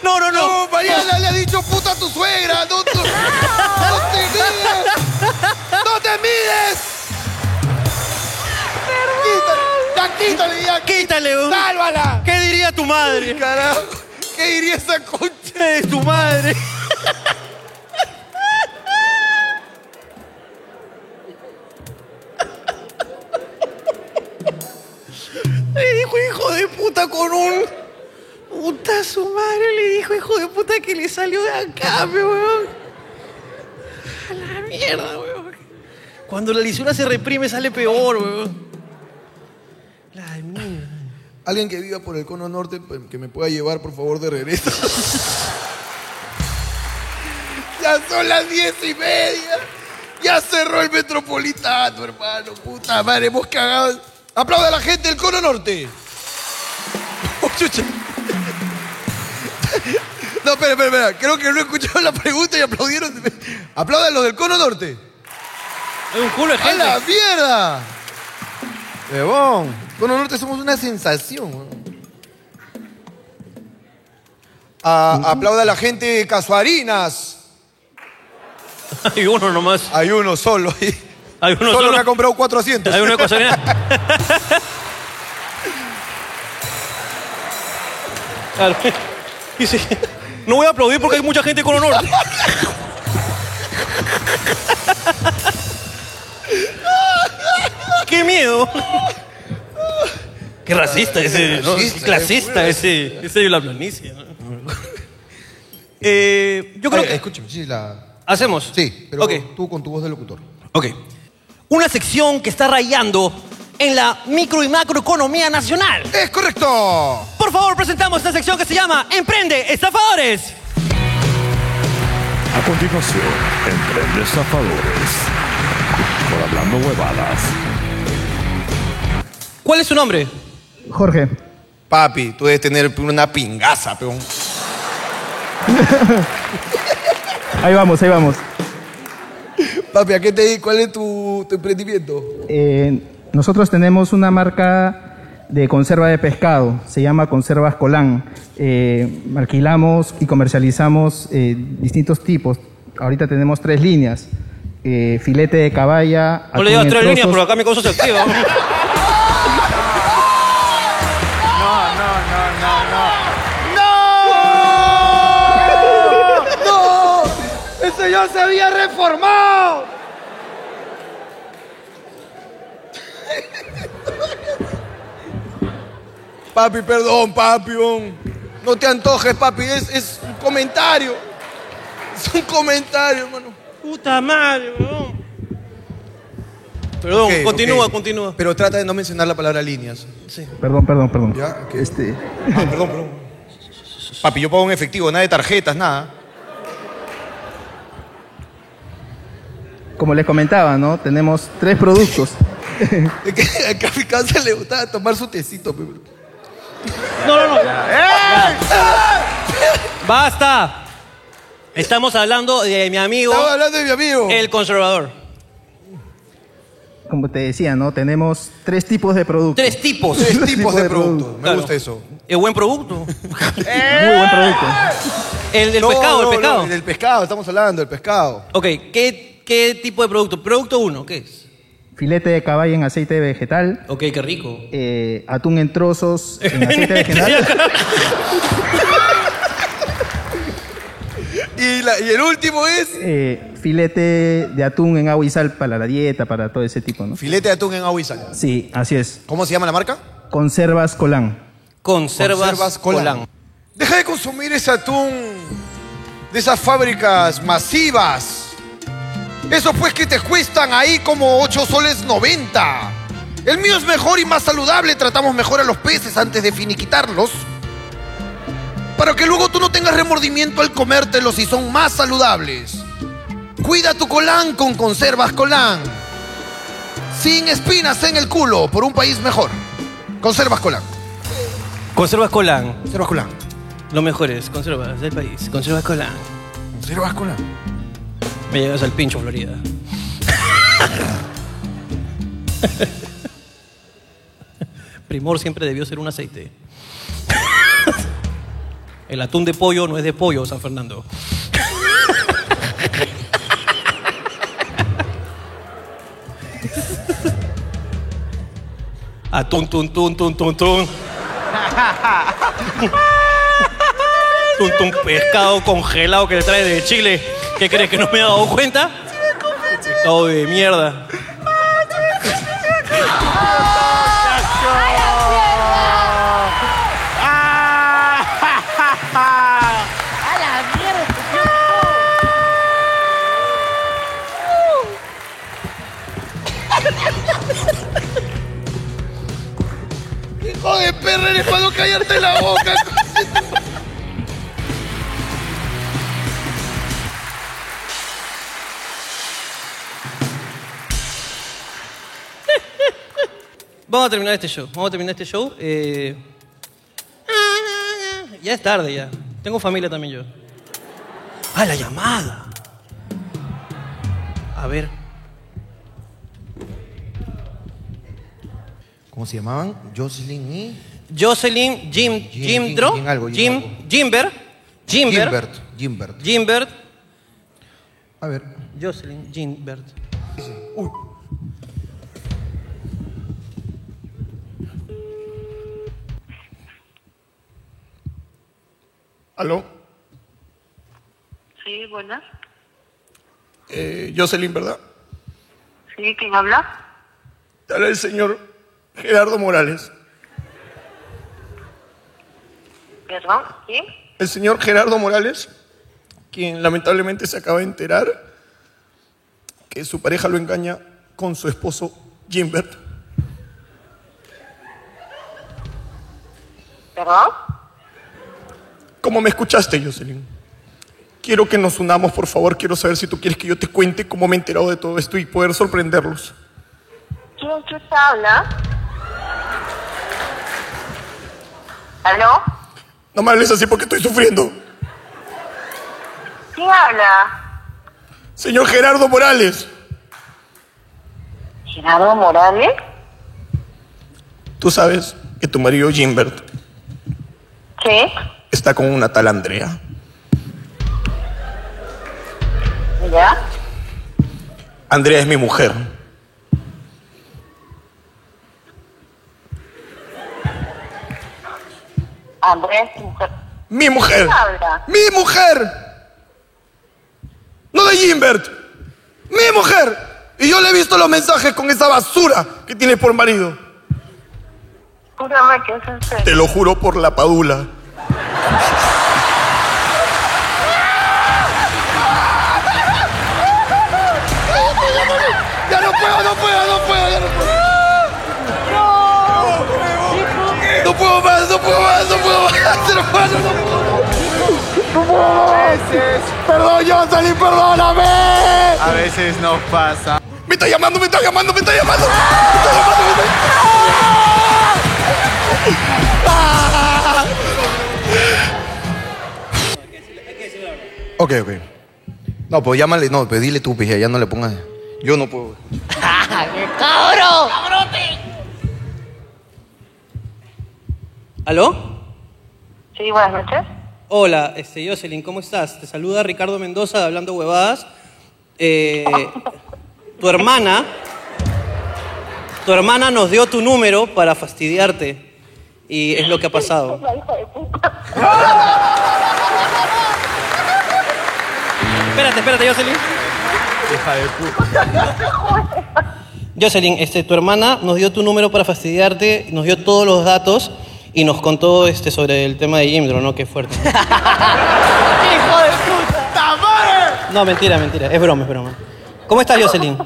[SPEAKER 2] No, no, no.
[SPEAKER 1] Mariana le ha dicho puta a tu suegra. No, no- no te mides. No te mides. Quítale, ya, quítale, ya.
[SPEAKER 2] Quítale, weón.
[SPEAKER 1] Sálvala.
[SPEAKER 2] ¿Qué diría tu madre?
[SPEAKER 1] Carajo. ¿Qué diría esa concha
[SPEAKER 2] de tu madre? Le dijo hijo de puta con un. Puta su madre, le dijo hijo de puta que le salió de acá, pe, weón. A la mierda, weón. Cuando la lisura se reprime sale peor, weón. La mierda.
[SPEAKER 1] Alguien que viva por el cono norte pues, que me pueda llevar, por favor, de regreso. puta, son las diez y media. Ya cerró el metropolitano, hermano. Puta madre, hemos cagado. Aplauda a la gente del Cono Norte. Oh, chucha. No, espera, espera, espera. Creo que no escucharon la pregunta y aplaudieron. Aplaudan los del Cono Norte.
[SPEAKER 2] Es un culo de
[SPEAKER 1] gente. ¡A la mierda! Huevón. Cono Norte somos una sensación. huevón. Ah, Aplauda a la gente de Casuarinas.
[SPEAKER 2] Hay uno nomás.
[SPEAKER 1] Hay uno solo.
[SPEAKER 2] Hay uno
[SPEAKER 1] solo
[SPEAKER 2] solo.
[SPEAKER 1] que ha comprado 400.
[SPEAKER 2] Hay uno de Casuarinas. Claro. Y sí. No voy a aplaudir porque hay mucha gente con honor. ¡Qué miedo! ¡Qué racista ese! ¿no?
[SPEAKER 7] Racista,
[SPEAKER 2] ¡Qué clasista
[SPEAKER 7] eh,
[SPEAKER 2] ese! Ese de la planicie. ¿no? Eh, yo creo que...
[SPEAKER 17] Escúchame, sí, la...
[SPEAKER 2] ¿Hacemos?
[SPEAKER 17] Sí, pero
[SPEAKER 2] Ok.
[SPEAKER 17] tú con tu voz de locutor.
[SPEAKER 2] Ok. Una sección que está rayando en la micro y macroeconomía nacional.
[SPEAKER 1] ¡Es correcto!
[SPEAKER 2] Por favor, presentamos esta sección que se llama Emprende Estafadores.
[SPEAKER 12] A continuación, emprende estafadores. Por hablando huevadas.
[SPEAKER 2] ¿Cuál es su nombre?
[SPEAKER 1] Jorge. Papi, tú debes tener una pingaza, peón.
[SPEAKER 14] Ahí vamos, ahí vamos.
[SPEAKER 1] Papi, ¿a qué te dedicas? ¿Cuál es tu, tu emprendimiento?
[SPEAKER 14] Eh, nosotros tenemos una marca de conserva de pescado, se llama Conservas Colán. Eh, alquilamos y comercializamos eh, distintos tipos. Ahorita tenemos tres líneas. Eh, filete de caballa.
[SPEAKER 2] No le digas
[SPEAKER 14] atún en
[SPEAKER 2] tres líneas,
[SPEAKER 14] trozos.
[SPEAKER 2] pero acá mi cosa se activa.
[SPEAKER 18] No, no, no, no,
[SPEAKER 7] ¡No! ¡No! ¡El señor se había reformado!
[SPEAKER 1] Papi, perdón, papi. um. No te antojes, papi. Es, es un comentario. Es un comentario, hermano.
[SPEAKER 2] Puta madre, weón. Perdón,
[SPEAKER 1] Ok,
[SPEAKER 2] continúa,
[SPEAKER 1] ok.
[SPEAKER 2] continúa.
[SPEAKER 17] Pero trata de no mencionar la palabra líneas.
[SPEAKER 2] Sí.
[SPEAKER 14] Perdón, perdón, perdón.
[SPEAKER 17] Este.
[SPEAKER 1] Ah, perdón, perdón. Papi, yo pago en efectivo, nada de tarjetas, nada.
[SPEAKER 14] Como les comentaba, ¿no? Tenemos tres productos.
[SPEAKER 17] A Caficanza le gustaba tomar su tecito. pe.
[SPEAKER 2] No, no, no. ¡Basta! Estamos hablando de mi amigo. Estamos
[SPEAKER 1] hablando de mi amigo.
[SPEAKER 2] El conservador.
[SPEAKER 14] Como te decía, ¿no? Tenemos tres tipos de productos.
[SPEAKER 2] Tres tipos.
[SPEAKER 14] Tres tipos de productos.
[SPEAKER 1] Me
[SPEAKER 2] Claro.
[SPEAKER 1] gusta eso.
[SPEAKER 2] Es buen producto.
[SPEAKER 14] Muy buen producto.
[SPEAKER 2] ¡Eh! El del
[SPEAKER 1] No, no,
[SPEAKER 2] pescado, el pescado.
[SPEAKER 1] no, del pescado, estamos hablando del pescado.
[SPEAKER 2] Ok, ¿qué, ¿qué tipo de producto? Producto uno, ¿qué es?
[SPEAKER 14] Filete de caballa en aceite vegetal.
[SPEAKER 2] Ok, qué rico.
[SPEAKER 14] eh, atún en trozos en aceite vegetal.
[SPEAKER 1] Y, la- y el último es.
[SPEAKER 14] eh, filete de atún en agua y sal para la dieta, para todo ese tipo, ¿no?
[SPEAKER 1] Filete de atún en agua y sal.
[SPEAKER 14] Sí, así es.
[SPEAKER 1] ¿Cómo se llama la marca?
[SPEAKER 14] Conservas Colán.
[SPEAKER 2] Conservas,
[SPEAKER 1] Conservas Colán.
[SPEAKER 2] Colán.
[SPEAKER 1] Deja de consumir ese atún de esas fábricas masivas. Esos pues que te cuestan ahí como 8 soles 90. El mío es mejor y más saludable. Tratamos mejor a los peces antes de finiquitarlos. Para que luego tú no tengas remordimiento al comértelos si son más saludables. Cuida tu colán con conservas colán. Sin espinas en el culo, por un país mejor. Conservas colán.
[SPEAKER 2] Conservas Colán.
[SPEAKER 1] Conservas Colán.
[SPEAKER 2] Los mejores conservas del país. Conservas Colán.
[SPEAKER 1] Conservas colán.
[SPEAKER 2] Me llegas al pincho, Florida. Primor siempre debió ser un aceite. El atún de pollo no es de pollo, San Fernando. Atún, tun, tun, tun, tun, tun. Tun, tun, pescado congelado que le trae de Chile. ¿Qué crees que no me he dado cuenta? Pescado de mierda.
[SPEAKER 7] ¡A la mierda!
[SPEAKER 1] ¡Hijo de perra, eres para no callarte la boca!
[SPEAKER 2] Vamos a terminar este show. Vamos a terminar este show. eh. Ya es tarde ya. Tengo familia también yo. ¡Ah, la llamada! A ver.
[SPEAKER 1] ¿Cómo se llamaban? Jocelyn y...
[SPEAKER 2] Jocelyn Jim,
[SPEAKER 1] Jim,
[SPEAKER 2] Jimdro,
[SPEAKER 1] Jim algo,
[SPEAKER 2] Jim,
[SPEAKER 1] Jim
[SPEAKER 2] Jimber, Jimber,
[SPEAKER 1] Gimbert. Gimbert.
[SPEAKER 2] Gimbert.
[SPEAKER 1] A ver.
[SPEAKER 2] Jocelyn Gimbert.
[SPEAKER 12] ¿Aló?
[SPEAKER 19] Sí, buenas.
[SPEAKER 12] Eh, Jocelyn, ¿verdad?
[SPEAKER 19] Sí, ¿quién habla?
[SPEAKER 12] Te habla el señor Gerardo Morales.
[SPEAKER 19] Perdón, ¿quién?
[SPEAKER 12] El señor Gerardo Morales, quien lamentablemente se acaba de enterar que su pareja lo engaña con su esposo Gimbert.
[SPEAKER 19] ¿Perdón?
[SPEAKER 12] ¿Cómo me escuchaste, Jocelyn? Quiero que nos unamos, por favor. Quiero saber si tú quieres que yo te cuente cómo me he enterado de todo esto y poder sorprenderlos.
[SPEAKER 19] ¿Quién quién habla? ¿Aló?
[SPEAKER 12] No me hables así porque estoy sufriendo.
[SPEAKER 19] ¿Quién habla?
[SPEAKER 12] Señor Gerardo Morales.
[SPEAKER 19] Gerardo Morales.
[SPEAKER 12] Tú sabes que tu marido Gimbert
[SPEAKER 19] Sí,
[SPEAKER 12] está con una tal Andrea.
[SPEAKER 19] ya.
[SPEAKER 12] Andrea es mi mujer.
[SPEAKER 19] Andrés, tu mujer.
[SPEAKER 12] Mi mujer.
[SPEAKER 19] ¿Quién habla?
[SPEAKER 12] Mi mujer. No de Gimbert. Mi mujer. Y yo le he visto los mensajes con esa basura que tienes por marido.
[SPEAKER 19] Júrame que es en serio.
[SPEAKER 12] Te lo juro por la padula.
[SPEAKER 14] Ya no puedo, no puedo, no puedo, ya no puedo. No puedo más, no puedo más, no puedo más, hermano, no puedo. No puedo más. Perdón, Jocelyn, perdóname.
[SPEAKER 5] A veces nos pasa.
[SPEAKER 12] Me está llamando, me está llamando, me está llamando. Me está llamando, me está
[SPEAKER 1] Ok, ok. No, pues llámale, no, pues dile tú, pues ya no le pongas. Yo no puedo.
[SPEAKER 19] ¡Cabrón!
[SPEAKER 2] ¿Aló?
[SPEAKER 19] Sí, buenas noches.
[SPEAKER 2] Hola, este, Jocelyn, ¿cómo estás? Te saluda Ricardo Mendoza de Hablando Huevadas. Eh, tu hermana, tu hermana nos dio tu número para fastidiarte y es lo que ha pasado. Espérate, espérate, Jocelyn.
[SPEAKER 5] Hija de puta.
[SPEAKER 2] Jocelyn, este, tu hermana nos dio tu número para fastidiarte, nos dio todos los datos y nos contó este, sobre el tema de Jimdro, ¿no? Qué fuerte.
[SPEAKER 15] ¡Hijo de puta! ¡Tamare!
[SPEAKER 2] No, mentira, mentira. Es broma, es broma. ¿Cómo estás, Jocelyn?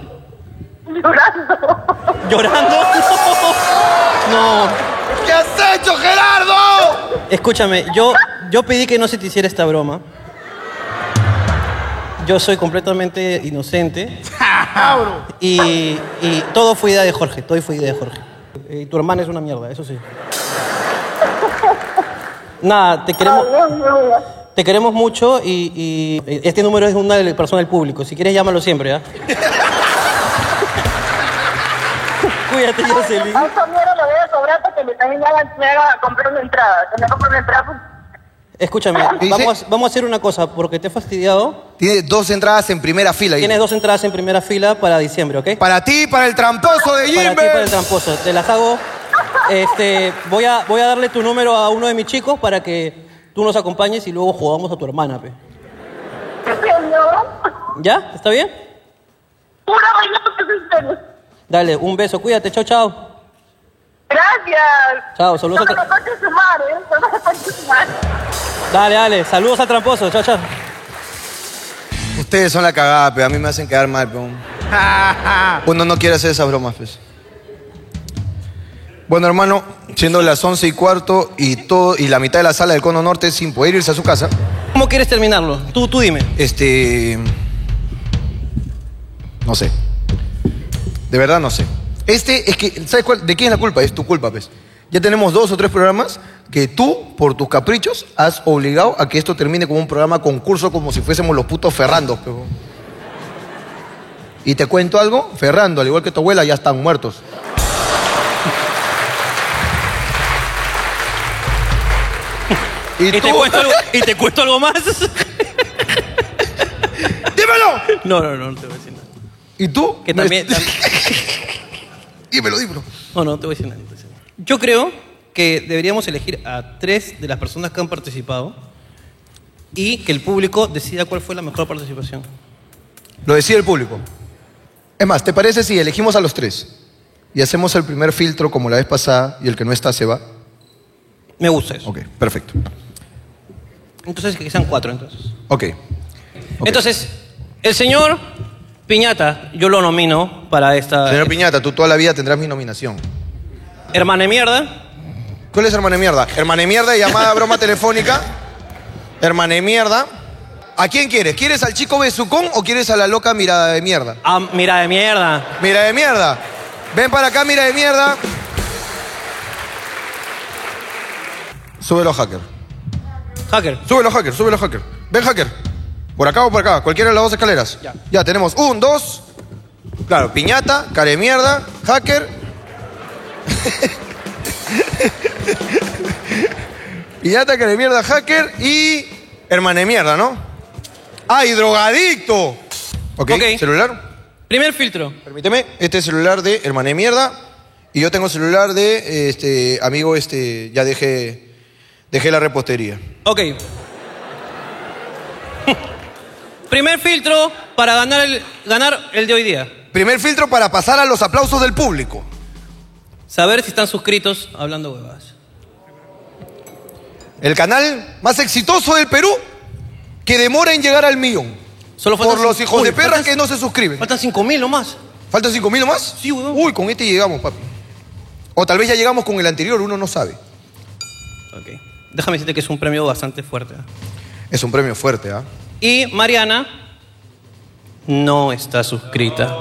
[SPEAKER 19] Llorando.
[SPEAKER 2] ¿Llorando? No.
[SPEAKER 14] ¿Qué has hecho, Gerardo?
[SPEAKER 2] Escúchame, yo, yo pedí que no se te hiciera esta broma. Yo soy completamente inocente. Y, y todo fue idea de Jorge, todo fue idea de Jorge. Y tu hermana es una mierda, eso sí. Nada, te queremos, te queremos mucho y, y este número es de una de- persona del público. Si quieres, llámalo siempre, ¿ah? ¿ya? Cuídate, Jocelyn.
[SPEAKER 19] A esta mierda le voy a sobrar porque me también ya me haga comprar una entrada. Que me compre una entrada. pues,
[SPEAKER 2] Escúchame,
[SPEAKER 1] ¿Qué dice?
[SPEAKER 2] vamos, vamos a hacer una cosa, porque te he fastidiado.
[SPEAKER 1] Tiene dos entradas en primera fila.
[SPEAKER 2] Tienes dos entradas en primera fila para diciembre, ¿ok?
[SPEAKER 1] Para ti, para el tramposo de
[SPEAKER 2] Para ti,
[SPEAKER 1] Gimbert.
[SPEAKER 2] para el tramposo. Te las hago. Este, voy, a, voy a darle tu número a uno de mis chicos para que tú nos acompañes y luego jugamos a tu hermana, pe.
[SPEAKER 19] ¿Qué señor?
[SPEAKER 2] ¿Ya? ¿Está bien?
[SPEAKER 19] Pura bailando que se serio.
[SPEAKER 2] Dale, un beso, cuídate, chao, chao.
[SPEAKER 19] Gracias.
[SPEAKER 2] Chao, saludos
[SPEAKER 19] No me
[SPEAKER 2] al
[SPEAKER 19] lo
[SPEAKER 2] tra-
[SPEAKER 19] toques sumar, ¿eh? No me lo toques sumar.
[SPEAKER 2] Dale, dale, saludos al tramposo, chao, chao.
[SPEAKER 1] Ustedes son la cagada, pero a mí me hacen quedar mal, pero uno no quiere hacer esas bromas, pues. Bueno, hermano, siendo las 11 y cuarto y, todo, y la mitad de la sala del Cono Norte sin poder irse a su casa.
[SPEAKER 2] ¿Cómo quieres terminarlo? Tú, tú dime.
[SPEAKER 1] Este... No sé. De verdad no sé. Este es que, ¿sabes cuál? ¿De quién es la culpa? Es tu culpa, pues. Ya tenemos dos o tres programas que tú, por tus caprichos, has obligado a que esto termine como un programa concurso como si fuésemos los putos Ferrandos, pues. Y te cuento algo, Ferrando, al igual que tu abuela, ya están muertos.
[SPEAKER 2] ¿Y, te cuento algo, ¿Y te cuento algo más?
[SPEAKER 1] ¡Dímelo!
[SPEAKER 2] No, no, no, no te voy a decir nada.
[SPEAKER 1] ¿Y tú? Este-
[SPEAKER 2] Que también. tam-
[SPEAKER 1] Dímelo, dímelo.
[SPEAKER 2] No, no, te voy a decir nada. no te voy a decir nada. Yo creo que deberíamos elegir a tres de las personas que han participado y que el público decida cuál fue la mejor participación.
[SPEAKER 1] Lo decía el público. Es más, ¿te parece si elegimos a los tres? Y hacemos el primer filtro como la vez pasada y el que no está se va.
[SPEAKER 2] Me gusta eso.
[SPEAKER 1] Ok, perfecto.
[SPEAKER 2] Entonces, que sean cuatro, entonces.
[SPEAKER 1] Ok.
[SPEAKER 2] Entonces, el señor Piñata, yo lo nomino para esta...
[SPEAKER 1] Señor Piñata, tú toda la vida tendrás mi nominación.
[SPEAKER 2] Hermana de mierda.
[SPEAKER 1] ¿Cuál es hermana de mierda? Hermana de mierda, llamada a broma telefónica. Hermana de mierda. ¿A quién quieres? ¿Quieres al chico besucón o quieres a la loca mirada de mierda?
[SPEAKER 2] Ah, mira de mierda.
[SPEAKER 1] Mira de mierda. Ven para acá, mira de mierda. Súbelo, hacker.
[SPEAKER 2] Hacker.
[SPEAKER 1] Súbelo, hacker, súbelo, hacker. Ven, hacker. Por acá o por acá, cualquiera de las dos escaleras. Ya. tenemos un, dos. Claro, piñata, cara de mierda, hacker. piñata, cara de mierda, hacker y hermana de mierda, ¿no? ¡Ay, drogadicto! ok, celular.
[SPEAKER 2] Primer filtro.
[SPEAKER 1] Permíteme, este es celular de hermana de mierda. Y yo tengo celular de eh, este amigo, este, ya dejé, dejé la repostería.
[SPEAKER 2] Ok. Primer filtro para ganar el, ganar el de hoy día.
[SPEAKER 1] Primer filtro para pasar a los aplausos del público.
[SPEAKER 2] Saber si están suscritos a hablando huevadas.
[SPEAKER 1] El canal más exitoso del Perú que demora en llegar al millón.
[SPEAKER 2] Solo
[SPEAKER 1] Por
[SPEAKER 2] faltan
[SPEAKER 1] los
[SPEAKER 2] cinco-
[SPEAKER 1] hijos
[SPEAKER 2] Uy,
[SPEAKER 1] de perra
[SPEAKER 2] faltan-
[SPEAKER 1] que no se suscriben.
[SPEAKER 2] Faltan 5 mil nomás.
[SPEAKER 1] ¿Faltan 5 mil nomás? Sí,
[SPEAKER 2] weón.
[SPEAKER 1] Uy, con este llegamos, papi. O tal vez ya llegamos con el anterior, uno no sabe.
[SPEAKER 2] Ok. Déjame decirte que es un premio bastante fuerte.
[SPEAKER 1] Es un premio fuerte, ¿ah?
[SPEAKER 2] Y Mariana no está suscrita.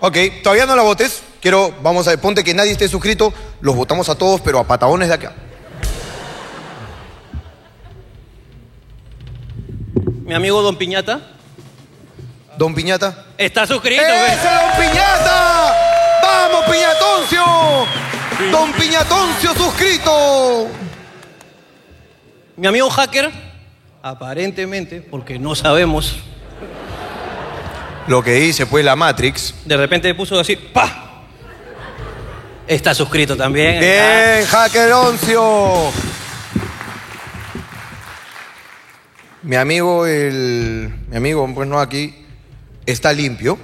[SPEAKER 1] Ok, todavía no la votes. Quiero, vamos a ponte que nadie esté suscrito. Los votamos a todos, pero a patagones de acá.
[SPEAKER 2] Mi amigo Don Piñata
[SPEAKER 1] Don Piñata.
[SPEAKER 2] está suscrito. pues.
[SPEAKER 1] ¡Ese Don Piñata! ¡Vamos, Piñatoncio! Don Piñatoncio suscrito.
[SPEAKER 2] Mi amigo hacker, aparentemente, porque no sabemos,
[SPEAKER 1] Lo que dice, pues, la Matrix.
[SPEAKER 2] de repente puso así, ¡pa! Está suscrito también. Ah.
[SPEAKER 1] Bien, Hackeroncio. Mi amigo, el. Mi amigo, pues no aquí, está limpio.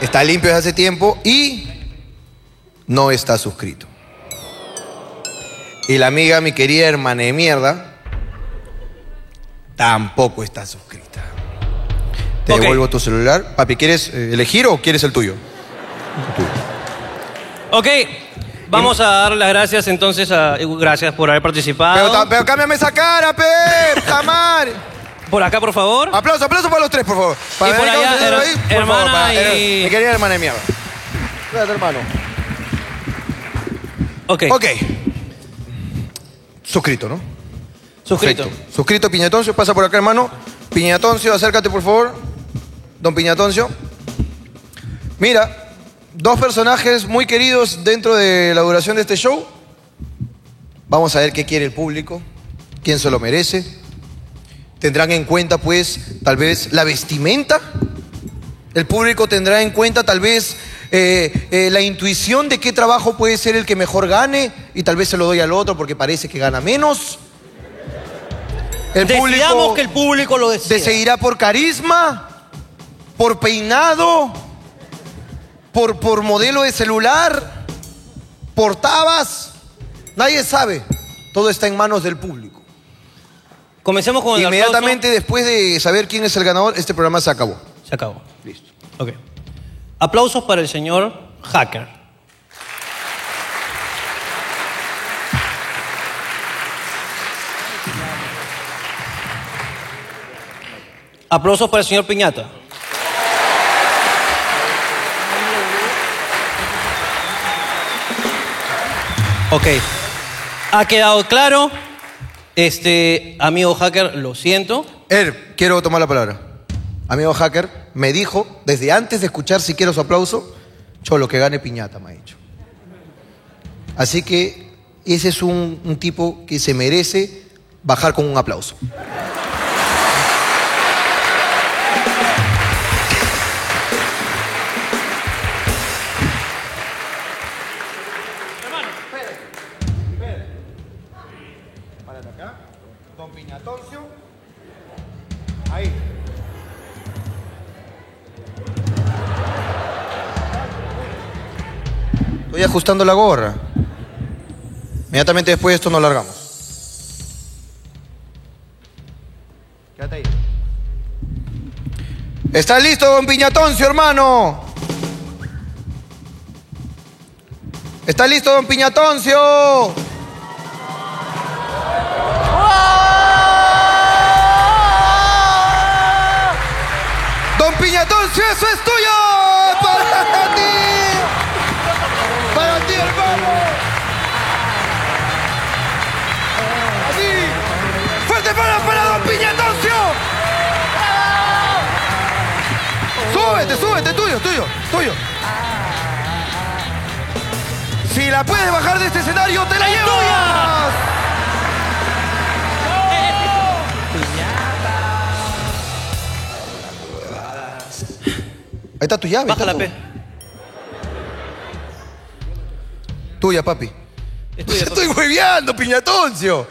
[SPEAKER 1] Está limpio desde hace tiempo y no está suscrito. Y la amiga, mi querida hermana de mierda, tampoco está suscrita. Te devuelvo tu celular. Papi, ¿quieres eh, elegir o quieres el tuyo?
[SPEAKER 2] Ok, vamos a dar las gracias entonces a... eh, Gracias por haber participado.
[SPEAKER 1] Pero, ta- pero cámbiame esa cara, pe, Tamar.
[SPEAKER 2] Por acá, por favor.
[SPEAKER 1] Aplauso, aplauso para los tres, por favor. Para
[SPEAKER 2] Y por
[SPEAKER 1] ver,
[SPEAKER 2] allá,
[SPEAKER 1] ¿cómo se llama
[SPEAKER 2] her-
[SPEAKER 1] ahí? Por
[SPEAKER 2] hermana
[SPEAKER 1] favor, para-
[SPEAKER 2] y-
[SPEAKER 1] her- Mi querida hermana de mierda. Espérate, hermano.
[SPEAKER 2] Ok.
[SPEAKER 1] Ok. Suscrito, ¿no?
[SPEAKER 2] Suscrito.
[SPEAKER 1] Perfecto. Suscrito, Piñatoncio. Pasa por acá, hermano. Piñatoncio, acércate, por favor. Don Piñatoncio. Mira, dos personajes muy queridos dentro de la duración de este show. Vamos a ver qué quiere el público, quién se lo merece. Tendrán en cuenta, pues, tal vez la vestimenta. El público tendrá en cuenta, tal vez, eh, eh, la intuición de qué trabajo puede ser el que mejor gane y tal vez se lo doy al otro porque parece que gana menos. El
[SPEAKER 2] Decidamos
[SPEAKER 1] público
[SPEAKER 2] que el público lo decida.
[SPEAKER 1] seguirá por carisma, por peinado, por, por modelo de celular, por tabas. Nadie sabe. Todo está en manos del público.
[SPEAKER 2] Comencemos con el
[SPEAKER 1] Inmediatamente después de saber quién es el ganador, este programa se acabó.
[SPEAKER 2] aplauso. Se acabó. Listo. Ok. Aplausos para el señor hacker. Aplausos para el señor Piñata. Ok. Ha quedado claro. Este, amigo hacker, lo siento.
[SPEAKER 1] Er, quiero tomar la palabra. Amigo hacker, me dijo, desde antes de escuchar si quiero su aplauso, Cholo, que gane piñata, me ha dicho. Así que ese es un, un tipo que se merece bajar con un aplauso. Estoy ajustando la gorra. Inmediatamente después de esto nos largamos.
[SPEAKER 14] Quédate ahí.
[SPEAKER 1] ¿Estás listo, don Piñatoncio, hermano? ¿Estás listo, don Piñatoncio? Don Piñatoncio, eso es tuyo. Para ti. Para ti, hermano. Así. Fuerte para, para don Piñatoncio. Súbete, súbete, tuyo, tuyo, tuyo. Si la puedes bajar de este escenario, te la llevas. Ahí está tu llave.
[SPEAKER 2] Baja la P.
[SPEAKER 1] Tuya, papi. Estoy hueveando, Piñatoncio.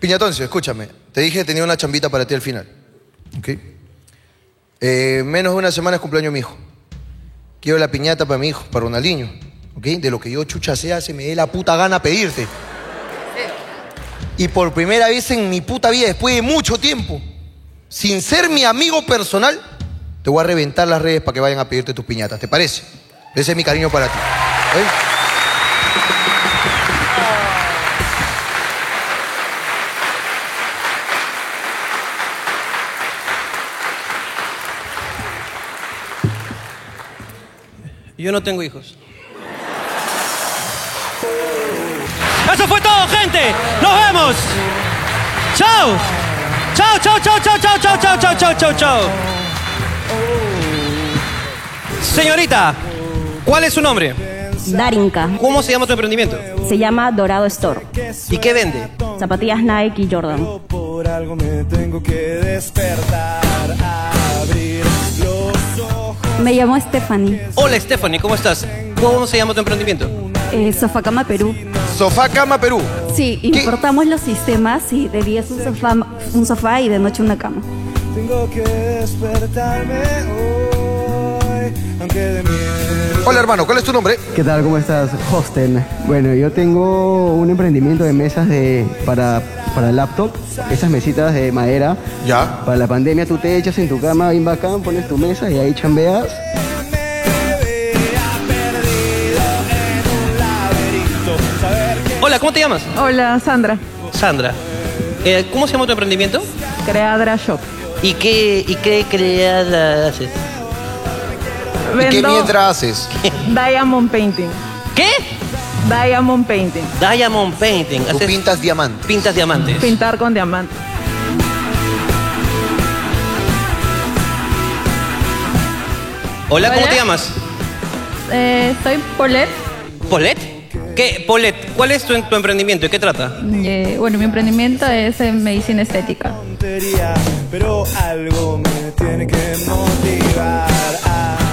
[SPEAKER 1] Piñatoncio, escúchame. Te dije que tenía una chambita para ti al final. ¿Ok? Eh, menos de una semana es cumpleaños de mi hijo. Quiero la piñata para mi hijo, para Ronaldinho. ¿Ok? De lo que yo chucha sea, se me dé la puta gana pedirte. Y por primera vez en mi puta vida, después de mucho tiempo, sin ser mi amigo personal, te voy a reventar las redes para que vayan a pedirte tus piñatas. ¿Te parece? Ese es mi cariño para ti. ¿ok?
[SPEAKER 2] Yo no tengo hijos. Eso fue todo, gente. Nos vemos. Chao. Chao, chao, chao, chao, chao, chao, chao, chao, chao, chao, chao. Señorita, ¿cuál es su nombre?
[SPEAKER 20] Darinka.
[SPEAKER 2] ¿Cómo se llama tu emprendimiento?
[SPEAKER 20] Se llama Dorado Store.
[SPEAKER 2] ¿Y qué vende?
[SPEAKER 20] Zapatillas Nike y Jordan.
[SPEAKER 21] Por algo me tengo que despertar, abrir los ojos.
[SPEAKER 20] Me llamo Stephanie.
[SPEAKER 2] Hola, Stephanie, ¿cómo estás? ¿Cómo se llama tu emprendimiento?
[SPEAKER 20] Eh, Sofacama Perú.
[SPEAKER 1] Sofá Cama Perú.
[SPEAKER 20] Sí, importamos los sistemas y de día es un sofá, un sofá y de noche una cama.
[SPEAKER 21] Tengo que despertarme hoy, aunque de miedo.
[SPEAKER 1] Hola, hermano, ¿cuál es tu nombre?
[SPEAKER 22] ¿Qué tal? ¿Cómo estás? Hostel. Bueno, yo tengo un emprendimiento de mesas de, para, para laptop. Esas mesitas de madera.
[SPEAKER 1] Ya.
[SPEAKER 22] Para la pandemia tú te echas en tu cama bien bacán, pones tu mesa y ahí chambeas.
[SPEAKER 2] Hola, ¿cómo te llamas?
[SPEAKER 23] Hola, Sandra.
[SPEAKER 2] Sandra. Eh, ¿Cómo se llama tu emprendimiento?
[SPEAKER 23] Creadra Shop.
[SPEAKER 2] ¿Y qué, y qué creada haces?
[SPEAKER 1] ¿Y qué
[SPEAKER 23] Vendo
[SPEAKER 1] mientras haces?
[SPEAKER 23] Diamond Painting.
[SPEAKER 2] ¿Qué?
[SPEAKER 23] Diamond Painting.
[SPEAKER 2] Diamond Painting.
[SPEAKER 1] Tú pintas diamantes.
[SPEAKER 2] Pintas diamantes.
[SPEAKER 23] Pintar con diamante.
[SPEAKER 2] Hola, ¿cómo
[SPEAKER 23] Hola.
[SPEAKER 2] te llamas?
[SPEAKER 24] Eh, soy Polet.
[SPEAKER 2] ¿Polet? ¿Qué? Polet, ¿cuál es tu, tu emprendimiento? ¿De qué trata?
[SPEAKER 24] Eh, bueno, mi emprendimiento es en medicina estética.
[SPEAKER 21] Pero algo me tiene que motivar a